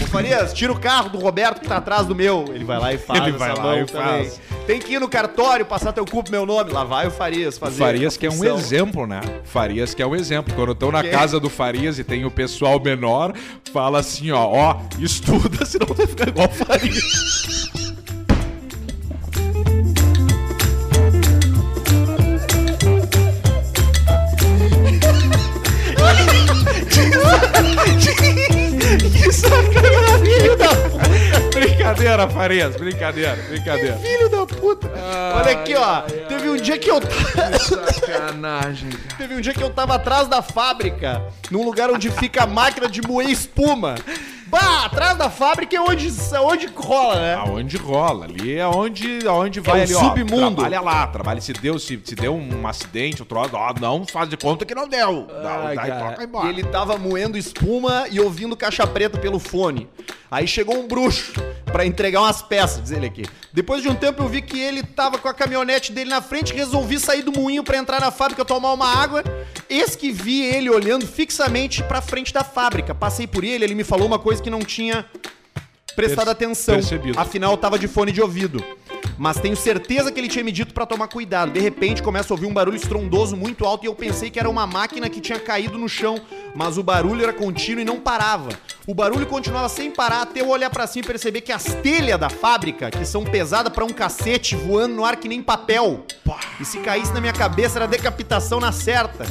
Ô Farias, tira o carro do Roberto que tá atrás do meu. Ele vai lá e faz.
Ele
essa
vai lá
mão
e
também.
faz.
Tem que ir no cartório, passar teu cu pro meu nome. Lá vai o Farias fazer.
Farias
a
que é um
função.
exemplo, né? Farias que é um exemplo. Quando eu tô na
Quem?
casa do Farias e tem o pessoal menor, fala assim, ó, ó, estuda, senão tu vai ficar igual o Farias.
que sacanagem, filho da puta.
brincadeira, Farias, brincadeira, brincadeira.
Filho da puta. Olha aqui, ó. Teve um dia que eu.
Sacanagem.
Teve um dia que eu tava atrás da fábrica, num lugar onde fica a máquina de moer espuma. Bah, atrás da fábrica é onde, é onde rola, né?
Aonde rola, ali é onde, aonde vai
o
ali,
submundo.
ó. Trabalha lá, trabalha. Se deu, se, se deu um acidente, um troço, ó, não faz de conta que não deu. Não, daí toca
É, E
embora.
ele tava moendo espuma e ouvindo caixa preta pelo fone. Aí chegou um bruxo pra entregar umas peças, diz ele aqui. Depois de um tempo eu vi que ele tava com a caminhonete dele na frente, resolvi sair do moinho pra entrar na fábrica tomar uma água. Eis que vi ele olhando fixamente pra frente da fábrica. Passei por ele, ele me falou uma coisa que não tinha prestado
Perce-
atenção.
percebido.
Afinal, eu tava de fone de ouvido. Mas tenho certeza que ele tinha me dito pra tomar cuidado. De repente, começa a ouvir um barulho estrondoso muito alto e eu pensei que era uma máquina que tinha caído no chão, mas o barulho era contínuo e não parava. O barulho continuava sem parar até eu olhar pra cima e perceber que as telhas da fábrica, que são pesadas pra um cacete, voando no ar que nem papel. E se caísse na minha cabeça era decapitação na certa.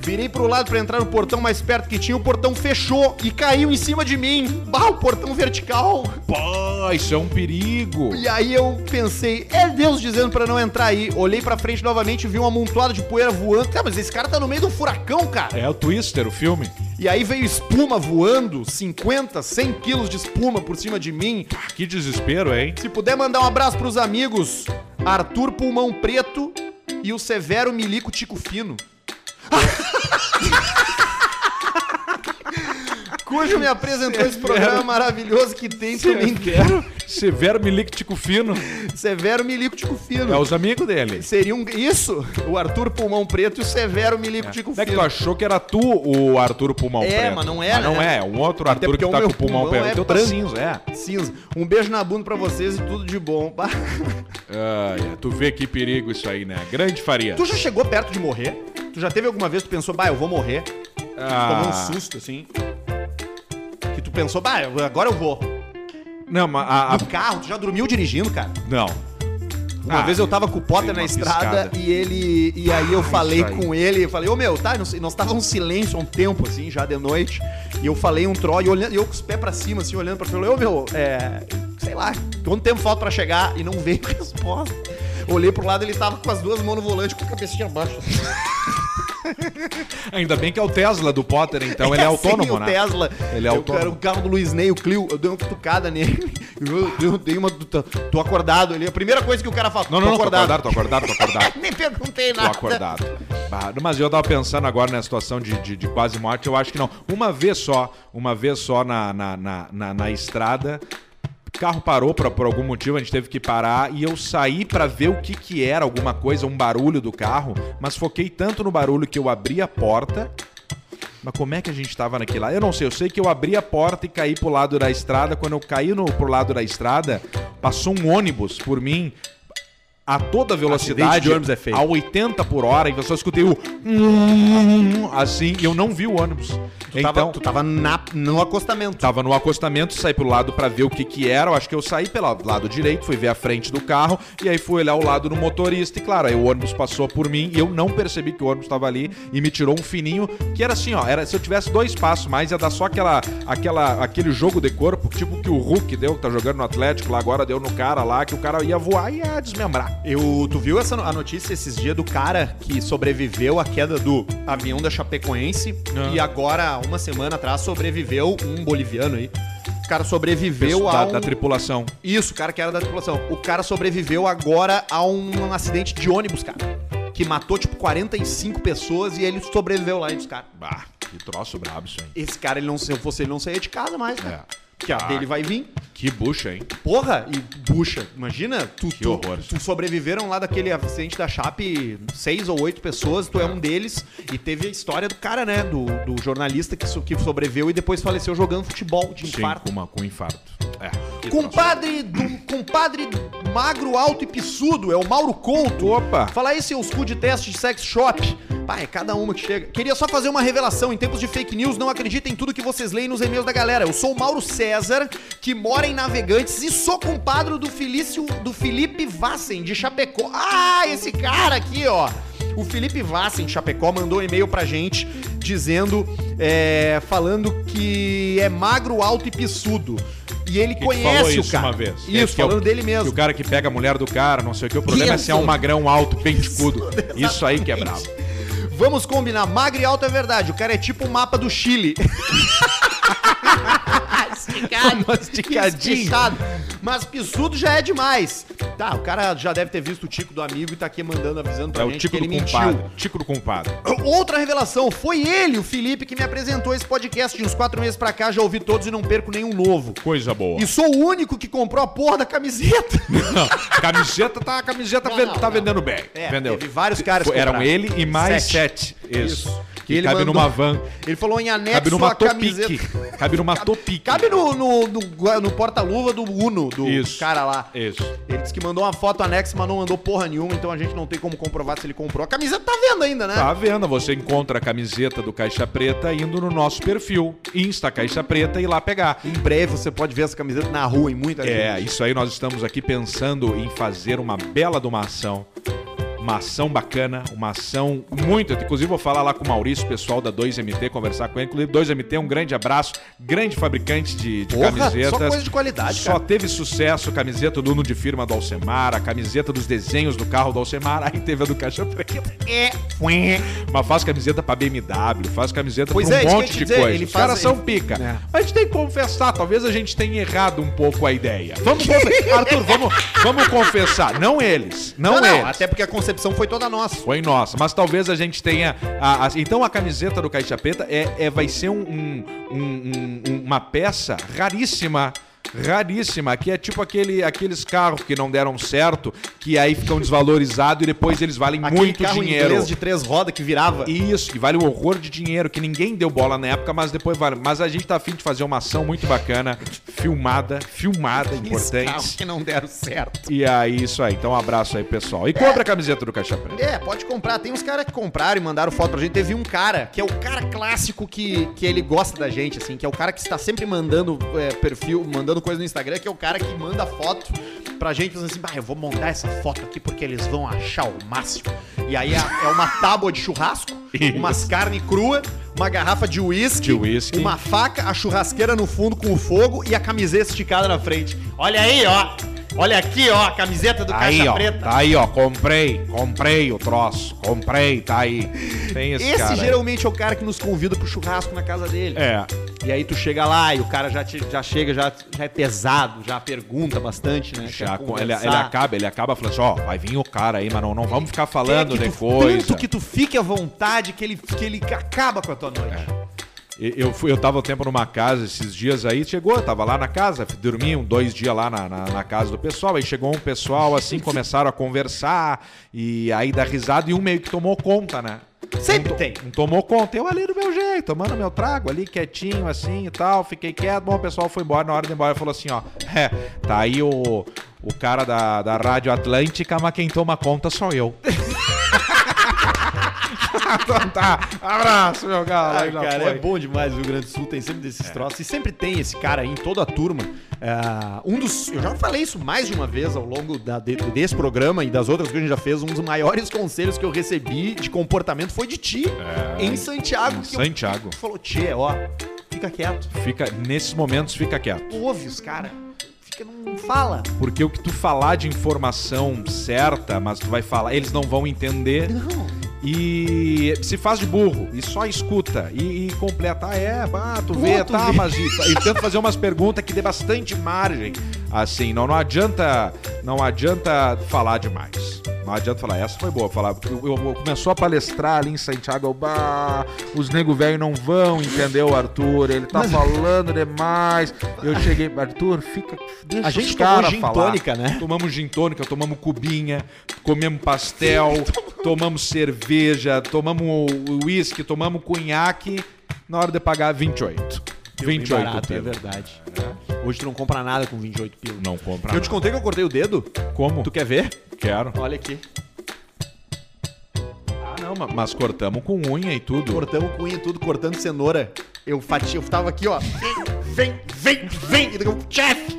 Virei pro lado pra entrar no portão mais perto que tinha, o portão fechou e caiu em cima de mim. Bah, o portão vertical.
Pô, isso é um perigo.
E aí eu pensei, é Deus dizendo pra não entrar aí. Olhei pra frente novamente e vi um amontoado de poeira voando. Cara, mas esse cara tá no meio de um furacão, cara.
É o Twister, o filme.
E aí veio espuma voando, 50, 100 quilos de espuma por cima de mim.
Ah, Que desespero, hein?
Se puder mandar um abraço pros amigos Arthur Pulmão Preto e o Severo Milico Tico Fino. Cujo me apresentou esse programa maravilhoso que tem que eu me entendo.
Severo, Severo Milíctico Fino.
Severo Milico Tico
É
Fino.
os amigos dele.
Seria um. Isso? O Arthur Pulmão Preto e o Severo Milico Tico
Como é que tu
Fino.
achou que era tu o Arthur Pulmão
É,
Preto?
mas não é,
Mas não
né?
é, é um outro
Até
Arthur
porque o
que tá
meu
com o pulmão
pulmão
preto.
é
O teu tá
branco.
cinza, é.
Cinza. Um beijo na bunda pra vocês e tudo de bom. Bah.
Ai, tu vê que perigo isso aí, né? Grande faria.
Tu já chegou perto de morrer? Tu já teve alguma vez que tu pensou, bah, eu vou morrer? Tomou um
Ah,
susto, assim. Que tu pensou, bah, eu- agora eu vou.
não, mas a, a-
No carro, tu já dormiu dirigindo, cara.
não.
Uma
Ah,
vez eu tava com o Potter
dei
na
uma
estrada
piscada. Ah,
e ele. E aí eu falei
aí.
com ele, eu falei, ô meu, tá, e nós, e nós tava um silêncio há um tempo, assim, já de noite. E eu falei um troll, e olhando, e eu com os pés pra cima, assim, olhando pra frente, eu falei, ô meu, é. Sei lá, quanto tempo falta pra chegar? E não veio resposta. Olhei pro lado, ele tava com as duas mãos no volante, com a cabecinha abaixo. assim.
Ainda bem que é o Tesla do Potter, então ele é
assim,
autônomo,
o
né?
Tesla.
Ele é
eu
autônomo.
Era o carro do Luiz Ney, o Clio. Eu dei uma cutucada nele. Eu, eu dei uma. Tô, tô acordado. Ele, a primeira coisa que o cara fala.
Não, não, não, tô acordado, tô acordado, tô acordado.
Nem perguntei
Tô
nada.
acordado. Bah, mas eu tava pensando agora na situação de, de, de quase morte, eu acho que não. Uma vez só, uma vez só na, na, na, na- na estrada, carro parou pra, por algum motivo, a gente teve que parar e eu saí pra ver o que que era, alguma coisa, um barulho do carro, mas foquei tanto no barulho que eu abri a porta. Mas como é que a gente tava naquele lá? Eu não sei, eu sei que eu abri a porta e caí pro lado da estrada. Quando eu caí no, pro lado da estrada, passou um ônibus por mim a toda
Acidente
velocidade,
de ônibus é feio.
a 80 por hora, e eu só escutei o assim, e eu não vi o ônibus.
Tu
então,
tava, tu tava na- no acostamento.
Tava no acostamento, saí pro lado pra ver o que que era. Eu acho que eu saí pelo lado direito, fui ver a frente do carro e aí fui olhar o lado do motorista e claro, aí o ônibus passou por mim e eu não percebi que o ônibus tava ali e me tirou um fininho que era assim, ó, era se eu tivesse dois passos mais ia dar só aquela aquela aquele jogo de corpo, tipo que o Hulk deu, que tá jogando no Atlético lá agora deu no cara lá que o cara ia voar e ia desmembrar.
Eu, tu viu essa no- a notícia esses dias do cara que sobreviveu à queda do avião da Chapecoense
Ah.
e agora, uma semana atrás, sobreviveu um boliviano aí. O cara sobreviveu
Pessoal da,
a um...
da tripulação.
Isso, o cara que era da tripulação. O cara sobreviveu agora a um acidente de ônibus, cara. Que matou, tipo, 45 pessoas e ele sobreviveu lá entre os caras.
Bah, que troço brabo isso, hein?
Esse cara, ele não, se eu fosse ele, não saía de casa mais, cara. Que a
Ah.
dele vai vir.
Que bucha, hein?
Porra, e bucha. Imagina, tu, tu,
horror.
tu sobreviveram lá daquele acidente da Chape, seis ou oito pessoas, tu é um deles. E teve a história do cara, né? Do, do jornalista que, so- que sobreviveu e depois faleceu jogando futebol de
Sim,
infarto.
com, uma, com infarto. É. que troço.
Compadre do compadre magro, alto e pissudo, é o Mauro Couto.
Opa!
Falar aí seus cu de teste de sex shop. Pai, é cada uma que chega. Queria só fazer uma revelação. Em tempos de fake news, não acreditem em tudo que vocês leem nos e-mails da galera. Eu sou o Mauro César, que mora em Navegantes e sou compadre do, Felício, do Felipe Vassen, de Chapecó. Ah, esse cara aqui, ó. O Felipe Vassen, de Chapecó, mandou um e-mail pra gente dizendo, é, falando que é magro, alto e pissudo. E ele
Que falou
conhece o
isso
cara.
uma vez. Que-
Isso,
que é o-
falando dele
Que
mesmo.
o cara que pega a mulher do cara, não sei o que. O problema é se é um
Isso.
magrão alto, penticudo. Isso aí que é brabo.
Vamos combinar, magro e alto é verdade. O cara é tipo o mapa do Chile.
Masticadinho.
Espichado. É Mas pisudo já é demais. Tá, o cara já deve ter visto o tico do amigo e tá aqui mandando, avisando pra
É o
gente que
tico
ele
do
mentiu.
compadre. Tico do compadre.
Outra revelação, foi ele, o Felipe, que me apresentou esse podcast de uns quatro meses pra cá. Já ouvi todos e não perco nenhum novo.
Coisa boa.
E sou o único que comprou a porra da camiseta.
Não, camiseta tá, camiseta
Não,
ven-
não,
tá
não.
vendendo bem.
É,
vendeu?
teve vários caras que
Eram
compraram.
ele e mais sete.
Sete.
Isso.
Isso.
Que
E ele
cabe
mandou-
numa van.
Ele falou em anexo
Cabe numa
a
topique.
camiseta.
Cabe numa topique.
Cabe no, no, no- no porta-luva do Uno, do
Isso.
cara lá.
Isso.
Ele disse que mandou uma foto anexa, mas não mandou porra nenhuma, então a gente não tem como comprovar se ele comprou. A camiseta tá vendo ainda, né?
Tá à venda, você encontra a camiseta do Caixa Preta indo no nosso perfil, Insta Caixa Preta, e lá pegar.
Em breve você pode ver essa camiseta na rua, em muita
É, isso aí nós estamos aqui pensando em fazer uma bela de uma ação. Uma ação bacana, uma ação muito. Inclusive, vou falar lá com o Maurício, pessoal da 2MT, conversar com ele. Inclusive, 2MT, um grande abraço, grande fabricante de, de
Porra,
camisetas.
só coisa de qualidade,
Só
cara.
teve sucesso a camiseta do Uno de firma do Alcemar, a camiseta dos desenhos do carro do Alcemar, aí teve a do Caixa Preta.
É.
Mas faz camiseta pra BMW, faz camiseta
Pois
pra um
é, isso que eu ia
monte
te
de
dizer,
coisa.
ele
Os
faz-
caras
ele-
são pica.
É.
Mas a gente tem que confessar, talvez a gente tenha errado um pouco a ideia. Vamos confessar. Arthur, vamos, vamos confessar. Não eles. Não, é.
Não, não,
eles.
até porque a concepção foi toda nossa.
Foi nossa, mas talvez a gente tenha. a- a- então a camiseta do Caixa Preta é, é- vai ser um- um- um- um- uma peça raríssima. Raríssima, que é tipo aquele, aqueles carros que não deram certo, que aí ficam desvalorizados e depois eles valem muito dinheiro.
inglês de três rodas que virava.
Isso, que vale o horror de dinheiro, que ninguém deu bola na época, mas depois vale. Mas a gente tá afim de fazer uma ação muito bacana, filmada, filmada,
carros
importante.
que não deram certo.
E aí, isso aí. Então, um abraço aí, pessoal. E compra a camiseta do Caixa Preta.
É, pode comprar. Tem uns caras que compraram e mandaram foto pra gente. Teve um cara, que é o cara clássico que, que ele gosta da gente, assim, que é o cara que está sempre mandando é, perfil, mandando coisa no Instagram, que é o cara que manda foto pra gente, dizendo assim, bah, eu vou montar essa foto aqui porque eles vão achar o máximo. E aí é, é uma tábua de churrasco, umas carne crua, uma garrafa de uísque,
De uísque.
uma faca, a churrasqueira no fundo com o fogo e a camiseta esticada na frente. Olha aí, ó! Olha aqui, ó, a camiseta do
Aí,
Caixa
ó.
Preta.
Tá aí, ó. Comprei. Comprei o troço. Comprei, tá aí. Tem esse,
Esse
cara. aí.
geralmente é o cara que nos convida pro churrasco na casa dele.
É.
E aí tu chega lá e o cara já, te- já chega, já, já é pesado, já pergunta bastante, né?
Já,
Quer
com- ele, ele
conversar.
acaba, ele acaba falando assim, ó, vai vir o cara aí, mas não, não vamos ficar falando
Quer que
de
tu-
coisa.
Tanto que tu fique à vontade que ele, que ele acaba com a tua noite.
E- Eu, fui, eu tava um tempo numa casa esses dias aí, chegou, tava lá na casa, dormi um, dois dias lá na, na, na casa do pessoal, aí chegou um pessoal assim, começaram a conversar, e aí dar risada, e um meio que tomou conta, né?
Sempre
um, to-
tem.
Um tomou conta, eu ali do meu jeito, tomando meu trago ali, quietinho assim e tal, fiquei quieto, bom, o pessoal foi embora, na hora de ir embora falou assim, ó, é, tá aí o, o cara da, da Rádio Atlântica, mas quem toma conta sou eu. então tá, abraço, meu galo.
Ah,
aí já
cara,
foi. É.
é bom demais. O Rio Grande do Sul tem sempre desses troços. E sempre tem esse cara aí em toda a turma. Ah, um dos. Eu já falei isso mais de uma vez ao longo da- de- desse programa e das outras que a gente já fez. Um dos maiores conselhos que eu recebi de comportamento foi de ti em Santiago.
É, Em
que eu-
Santiago.
tu falou, Tchê, ó, fica quieto.
Fica, nesses momentos, fica quieto.
Tu ouve os caras. Fica porque não fala.
Porque o que tu falar de informação certa, mas tu vai falar, eles não vão entender. E se faz de burro, e só escuta, e, e completa. Ah, é, ah, tu vê,
tu
tá,
vê.
mas. E, e tenta fazer umas perguntas que dê bastante margem. Assim, não, não adianta. Não adianta falar demais. Não adianta falar, essa foi boa. Falar, eu, eu- eu- começou a palestrar ali em Santiago, eu, "Bah, os nego velho não vão, entendeu, Arthur? Ele tá falando demais. Eu cheguei, Arthur, fica. Deixa
A
os
gente
cara
tomou gin
falar."
tônica, né?
Tomamos gin tônica, tomamos cubinha, comemos pastel, tomamos cerveja, tomamos uísque, tomamos cunhaque. Na hora de pagar, 28. 28
barato, é
pila.
verdade. É. Hoje tu não compra nada com 28 pila.
Não compra
eu te contei que eu cortei o dedo?
nada. Como?
Tu quer ver?
Quero.
Olha aqui.
Ah, não, ma- mas cortamos com unha e tudo.
Cortamos cunha e tudo, cortando cenoura. Eu fatia, eu tava aqui, ó. Vem, vem, vem, vem. E daqui a pouco, tchef!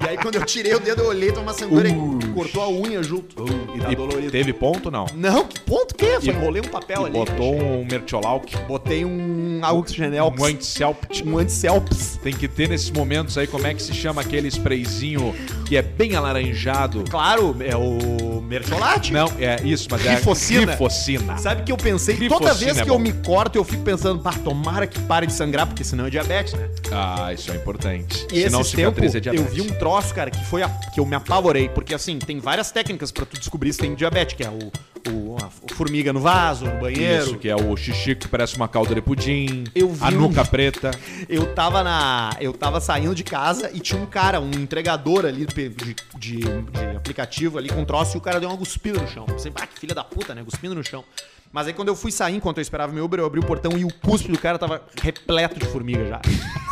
E aí quando eu tirei o dedo, eu olhei, tava uma sangueira e cortou a unha junto. e tá
Uh. E
dolorido.
teve ponto, não?
Não, que ponto que é? Só
E-
enrolei um papel ali.
Botou um mertiolauque,
Botei um auxinelps.
um anticelpt.
Um anticelps.
Tem que ter nesses momentos aí, como é que se chama aquele sprayzinho que é bem alaranjado.
Claro, é o mertiolate.
Não, é isso, mas é
Rifocina.
rifocina.
Sabe que eu pensei,
Glifosina
toda vez
é
que eu
bom.
me corto, eu fico pensando, bah, tomara que pare de sangrar, porque senão é diabetes, né?
Ah, isso é importante.
E
Senão
esse tempo,
cicatriz é
eu
diabetes.
vi um troço, cara, que foi a- que eu me apavorei, porque assim, tem várias técnicas pra tu descobrir se tem diabetes, que é o, o- a f- formiga no vaso, no banheiro.
Isso, que é o xixi que parece uma calda de pudim.
Eu vi
a
um-
nuca preta.
Eu tava na, eu tava saindo de casa e tinha um cara, um entregador ali pe- de, de- de aplicativo ali com um troço e o cara deu uma cuspida no chão. Pensei, ah, que filha da puta, né? Cuspindo no chão. Mas aí quando eu fui sair, enquanto eu esperava meu Uber, eu abri o portão e o cuspe do cara tava repleto de formiga já.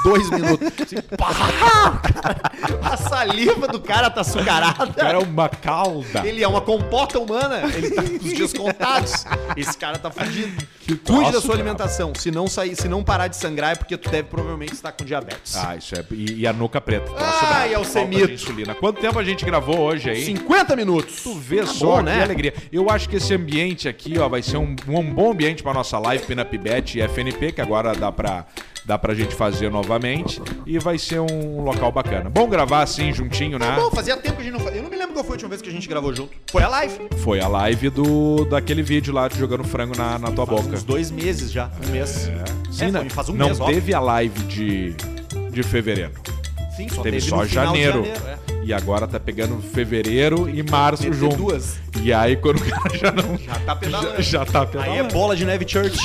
Dois minutos. Assim, pá! A saliva do cara tá açucarada.
O cara é uma calda.
Ele é uma compota humana. Ele tá com os dias contados. Esse cara tá fudido. Cuide
troço,
da sua
cara.
alimentação. Se não sair, se não parar de sangrar, é porque tu deve provavelmente estar com diabetes.
Ah, isso é. E, e a nuca preta.
Ai,
bravo. Falta de
Alcemito.
insulina. Quanto tempo a gente gravou hoje aí?
50 minutos.
Tu vê
Tá
só
bom,
que alegria. Eu acho que esse ambiente aqui, ó, vai ser um, um bom ambiente pra nossa live Penapibet e FNP, que agora dá pra, dá pra gente fazer novamente. E vai ser um local bacana. Bom gravar assim, juntinho, né?
Bom, fazia tempo que a gente não fazia. Eu não me lembro qual foi a última vez que a gente gravou junto. Foi a live.
Foi a live do daquele vídeo lá de jogando frango na, na tua
Faz
boca.
uns dois meses já. Um mês. É.
Sim,
foi,
né?
faz um
não
mês, ó.
teve a live de, de fevereiro.
Sim, só
teve
teve,
só
no final de
janeiro.
janeiro, é.
E agora tá pegando fevereiro e março
Teve
junto.
duas.
E aí quando o cara já não.
Já tá pedalando.
Já, já tá
Aí é
pedalando.
bola de neve church.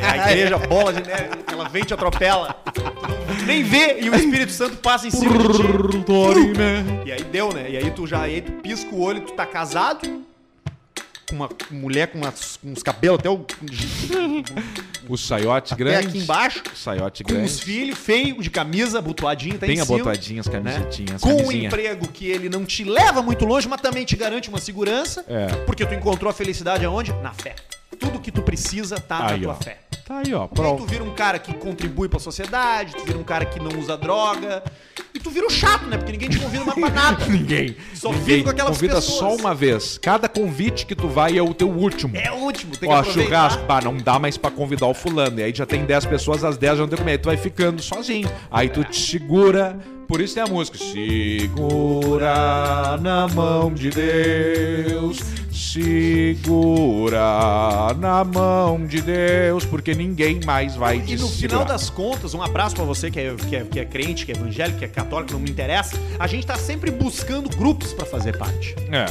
É a igreja bola de neve. Ela vem e te atropela. Tu Nem vê e o Espírito Santo passa em cima de ti. E aí deu, né? E aí tu já aí tu pisca o olho, tu tá casado com uma mulher com, umas- com uns cabelos até, o,
O saiote
até
grande.
aqui embaixo,
Saiote
com
grande.
uns filhos feio, de camisa, abotoadinho, tá
Tem
em
a
cima.
botadinha, as camisetinhas, né? as
Com um
camisinha.
emprego que ele não te leva muito longe, mas também te garante uma segurança.
É.
Porque tu encontrou a felicidade aonde? Na fé. Tudo que tu precisa tá
Aí,
na tua
ó.
fé.
Tá aí, ó.
E aí tu
Pronto.
vira um cara que contribui pra sociedade, tu vira um cara que não usa droga. E tu vira o chato, né? Porque ninguém te convida mais pra nada.
Ninguém.
Só
ninguém
vive com aquelas
Convida
pessoas.
só uma vez. Cada convite que tu vai é o teu último.
É o último, tem que
Ó,
aproveitar.
churrasco, bah, não dá mais pra convidar o fulano. E aí já tem 10 pessoas, as 10 já não tem como. Aí tu vai ficando sozinho. Aí tu te segura. Por isso tem a música. Segura na mão de Deus. Segura na mão de Deus. Porque ninguém mais vai te
E no final
segurar.
das contas, um abraço pra você que é, que, é, que é crente, que é evangélico, que é católico, não me interessa. A gente tá sempre buscando grupos pra fazer parte.
É.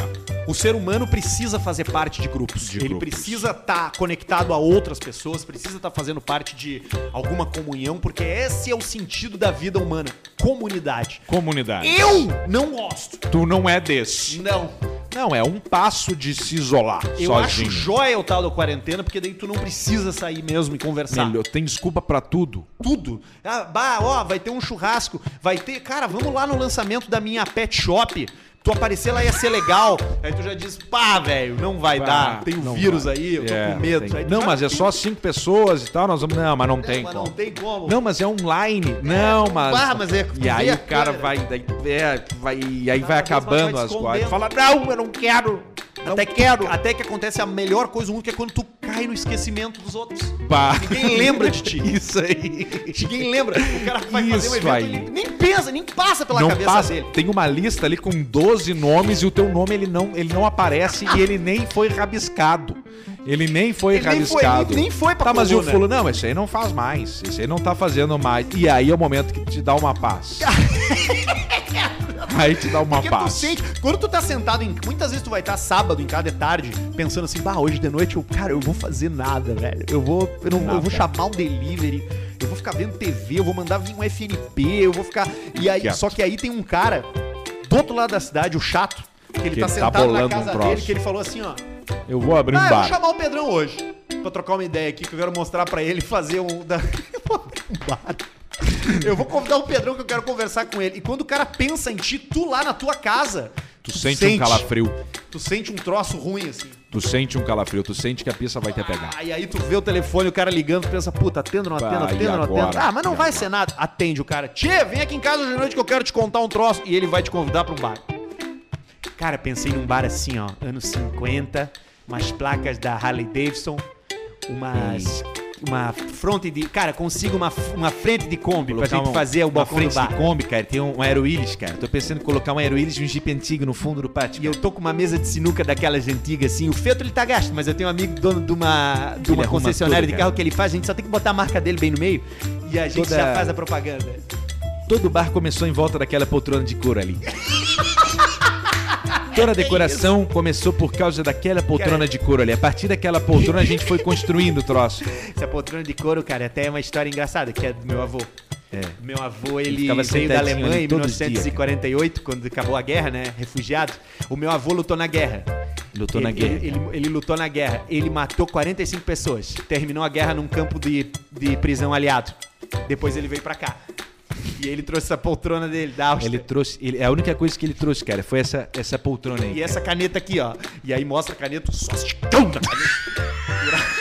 O ser humano precisa fazer parte de grupos.
De
Ele
grupos.
precisa estar conectado a outras pessoas, precisa estar fazendo parte de alguma comunhão, porque esse é o sentido da vida humana. Comunidade.
Comunidade.
Eu não gosto.
Tu não é desse.
Não.
Não, é um passo de se isolar
Eu
sozinho.
acho joia o tal da quarentena, porque daí tu não precisa sair mesmo e conversar.
Melhor, tem desculpa pra tudo.
tudo. Ah, bah, ó, vai ter um churrasco, vai ter. Cara, vamos lá no lançamento da minha pet shop. Tu aparecer lá ia ser legal. Aí tu já diz, pá, velho, não vai dar. Tem o
não
vírus
vai.
aí, eu tô
É,
com medo.
tem.
Aí tu
Não,
já
mas é
tem-
só cinco pessoas e tal. Nós vamos. Não, mas não
Não,
tem
mas
como.
não tem como.
Não, mas é online. não, mas.
Ah, mas é-
E aí
vê a
o cara
câmera.
vai. daí- é, vai e
Cada
aí vai
vez mais
acabando
vai
as coisas.
escondendo.
Fala, não, eu não quero.
até, que, até que acontece a melhor coisa do mundo, que é quando tu cai no esquecimento dos outros.
Pá.
Ninguém lembra de ti.
Isso aí.
Ninguém lembra. O cara vai
Isso
fazer um evento,
aí.
ele nem pensa, nem passa pela
não
cabeça
passa.
dele.
Tem uma lista ali com 12 nomes e o teu nome ele não, ele não aparece e ele nem foi rabiscado. Ele nem foi
Ele nem foi,
rabiscado.
nem- nem foi pra
Tá, mas e o
coluna.
fulano? Não, esse aí não faz mais. Esse aí não tá fazendo mais. E aí é o momento que te dá uma paz. aí te dá uma
Porque É tu
paz.
sente, quando tu tá sentado em. Muitas vezes tu vai estar sábado em casa de tarde, pensando assim, bah, hoje de noite eu, cara, eu vou fazer nada, velho. Eu vou. Eu, não- eu
Nada.
vou chamar um delivery, eu vou ficar vendo TV, eu vou mandar vir um FNP, eu vou ficar. E aí,
Quieto.
só que aí tem um cara do outro lado da cidade, o chato, que ele
Que
tá
tá
sentado na
bolando
casa
um
dele,
troço.
que ele falou assim, ó.
Eu vou abrir um
Ah, eu vou
bar.
chamar o Pedrão hoje. Pra trocar uma ideia aqui, que eu quero mostrar pra ele fazer um. Da... Eu vou abrir um bar. Eu vou convidar o Pedrão que eu quero conversar com ele. E quando o cara pensa em ti, tu lá na tua casa.
Tu sente, um calafrio.
Tu sente um troço ruim, assim.
Tu sente um calafrio. Tu sente que a pista vai te pegar.
Ah, e aí tu vê o telefone, o cara ligando, tu pensa, puta, atendo, não
Bah,
atendo,
e
atendo, não
agora?
atendo. Ah, mas não
E
vai ser nada. Atende o cara. Tchê, vem aqui em casa hoje à noite que eu quero te contar um troço. E ele vai te convidar pra um bar. Cara, pensei num bar assim, ó, anos 50, umas placas da Harley Davidson, umas. Uma fronte de. Cara, consigo uma, f- uma frente de Kombi pra gente fazer o balcão do
um- frente
bar.
de Kombi, cara. Tem um, um Aeroíris, cara. Tô pensando em colocar um Aeroíris e um Jeep antigo no fundo do pátio.
E eu tô com uma mesa de sinuca daquelas antigas, assim. O Feto ele tá gasto, mas eu tenho um amigo dono de uma, de uma
arruma
concessionária
tudo,
de
cara.
carro que ele faz, a gente só tem que botar a marca dele bem no meio e a gente
Toda-
já faz a propaganda.
Todo o bar começou em volta daquela poltrona de couro ali. Toda a decoração começou por causa daquela poltrona de couro ali. A partir daquela poltrona a gente foi construindo o troço.
Essa poltrona de couro, cara, até é uma história engraçada, que é do meu avô.
É.
Meu avô, ele
ficava
veio da
sentadinho
Alemanha
ali
em
todo dia, cara.
1948, quando acabou a guerra, né? Refugiado. O meu avô lutou na guerra.
Lutou na
Ele-
guerra.
Ele, ele- ele lutou na guerra. Ele matou 45 pessoas. Terminou a guerra num campo de, de prisão aliado. Depois ele veio pra cá. E ele trouxe essa poltrona dele da Áustria.
Ele trouxe. Ele, é a única coisa que ele trouxe, cara, foi essa, essa poltrona aí.
E essa caneta aqui, ó. E aí mostra a caneta, o sosticão da caneta.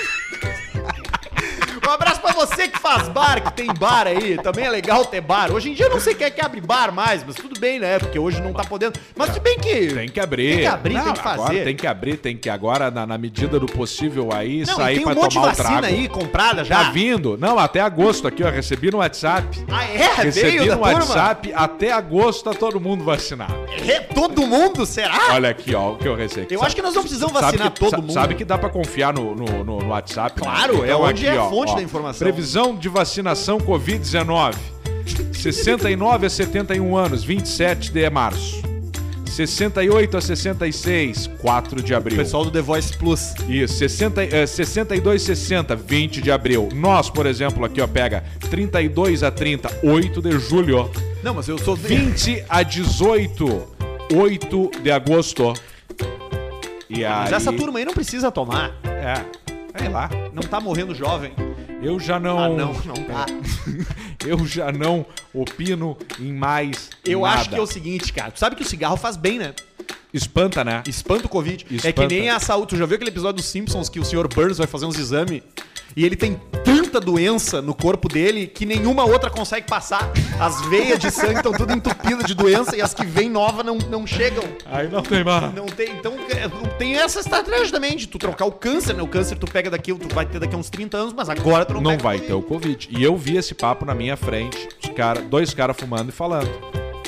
Um abraço pra você que faz bar, que tem bar aí. Também é legal ter bar. Hoje em dia eu não sei quem é que abre bar mais, mas tudo bem, né? Porque hoje não tá podendo. Mas se bem que.
Tem que abrir.
Tem que abrir,
Não,
tem que
agora
fazer.
tem que abrir, tem que agora, na, na medida do possível aí,
não, e
sair
tem um
pra
monte de
tomar o
vacina
trago.
aí comprada já.
Tá vindo. Não, até agosto aqui, ó. Recebi no WhatsApp.
Ah, é?
Recebi
Veio da
no
turma?
WhatsApp, até agosto tá todo mundo vacinado.
É, todo mundo? Será?
Olha aqui, ó, o que eu recebi.
Eu acho que nós não precisamos
Sabe
vacinar
que-
todo
sa-
mundo.
Sabe que dá pra confiar no, no, no- no WhatsApp? né?
Claro, é onde é a fonte da informação.
Previsão de vacinação Covid-19. 69 a 71 anos, 27 de março. 68 a 66, 4 de abril.
do The Voice Plus.
Isso, 60, eh, 62, 60, 20 de abril. Nós, por exemplo, aqui, ó, pega 32 a 30, 8 de julho.
Não, mas eu sou
20 a 18, 8 de agosto. E aí...
Mas essa turma aí não precisa tomar.
É, sei lá.
Não tá morrendo jovem.
Eu já não...
Ah, não, não tá.
Eu já não opino em mais
Eu
nada.
acho que é o seguinte, cara. Tu sabe que o cigarro faz bem, né?
Espanta, né?
Espanta o Covid. É que
Espanta.
nem a saúde. Tu já viu aquele episódio dos Simpsons que o Sr. Burns vai fazer uns exames e ele tem tanta doença no corpo dele que nenhuma outra consegue passar. As veias de sangue estão tudo entupidas de doença e as que vêm nova não, não chegam.
Aí não tem mais.
Não tem, então é, tem essa estratégia também de tu trocar o câncer, né? O câncer tu pega daqui, tu vai ter daqui a uns 30 anos, mas agora tu não,
não
pega
vai
Covid.
ter o Covid. E eu vi esse papo na minha frente, os cara, dois caras fumando e falando.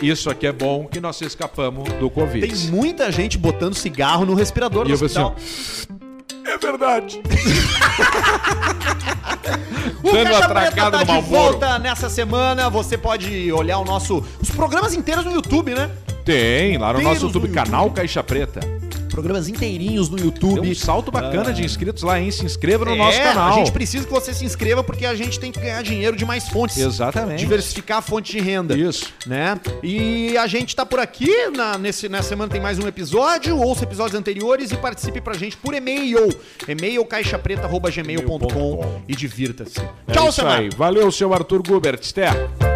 Isso aqui é bom que nós escapamos do Covid.
Tem muita gente botando cigarro no respirador
E
no
eu pensei,
hospital.
é verdade.
O
Dando
Caixa Preta
atracado
tá
no
de
Malboro.
volta nessa semana. Você pode olhar o nosso. Os programas inteiros no YouTube, né?
Tem, lá no nosso
Inteiros do
YouTube, canal Caixa Preta.
Programas inteirinhos no
Tem um
YouTube.
salto bacana de inscritos lá, hein? Se inscreva um no
Ah. É,
nosso canal.
A gente precisa que você se inscreva porque a gente tem que ganhar dinheiro de mais fontes.
Exatamente.
Diversificar a fonte de renda.
Isso.
Né? E a gente tá por aqui. Na, nesse, nessa semana tem mais um episódio. Ouça episódios anteriores e participe pra gente por e-mail. E-mail caixapreta.gmail.com e divirta-se.
É
Tchau,
isso aí.
Samar.
Valeu, seu Arthur Gubert. Até.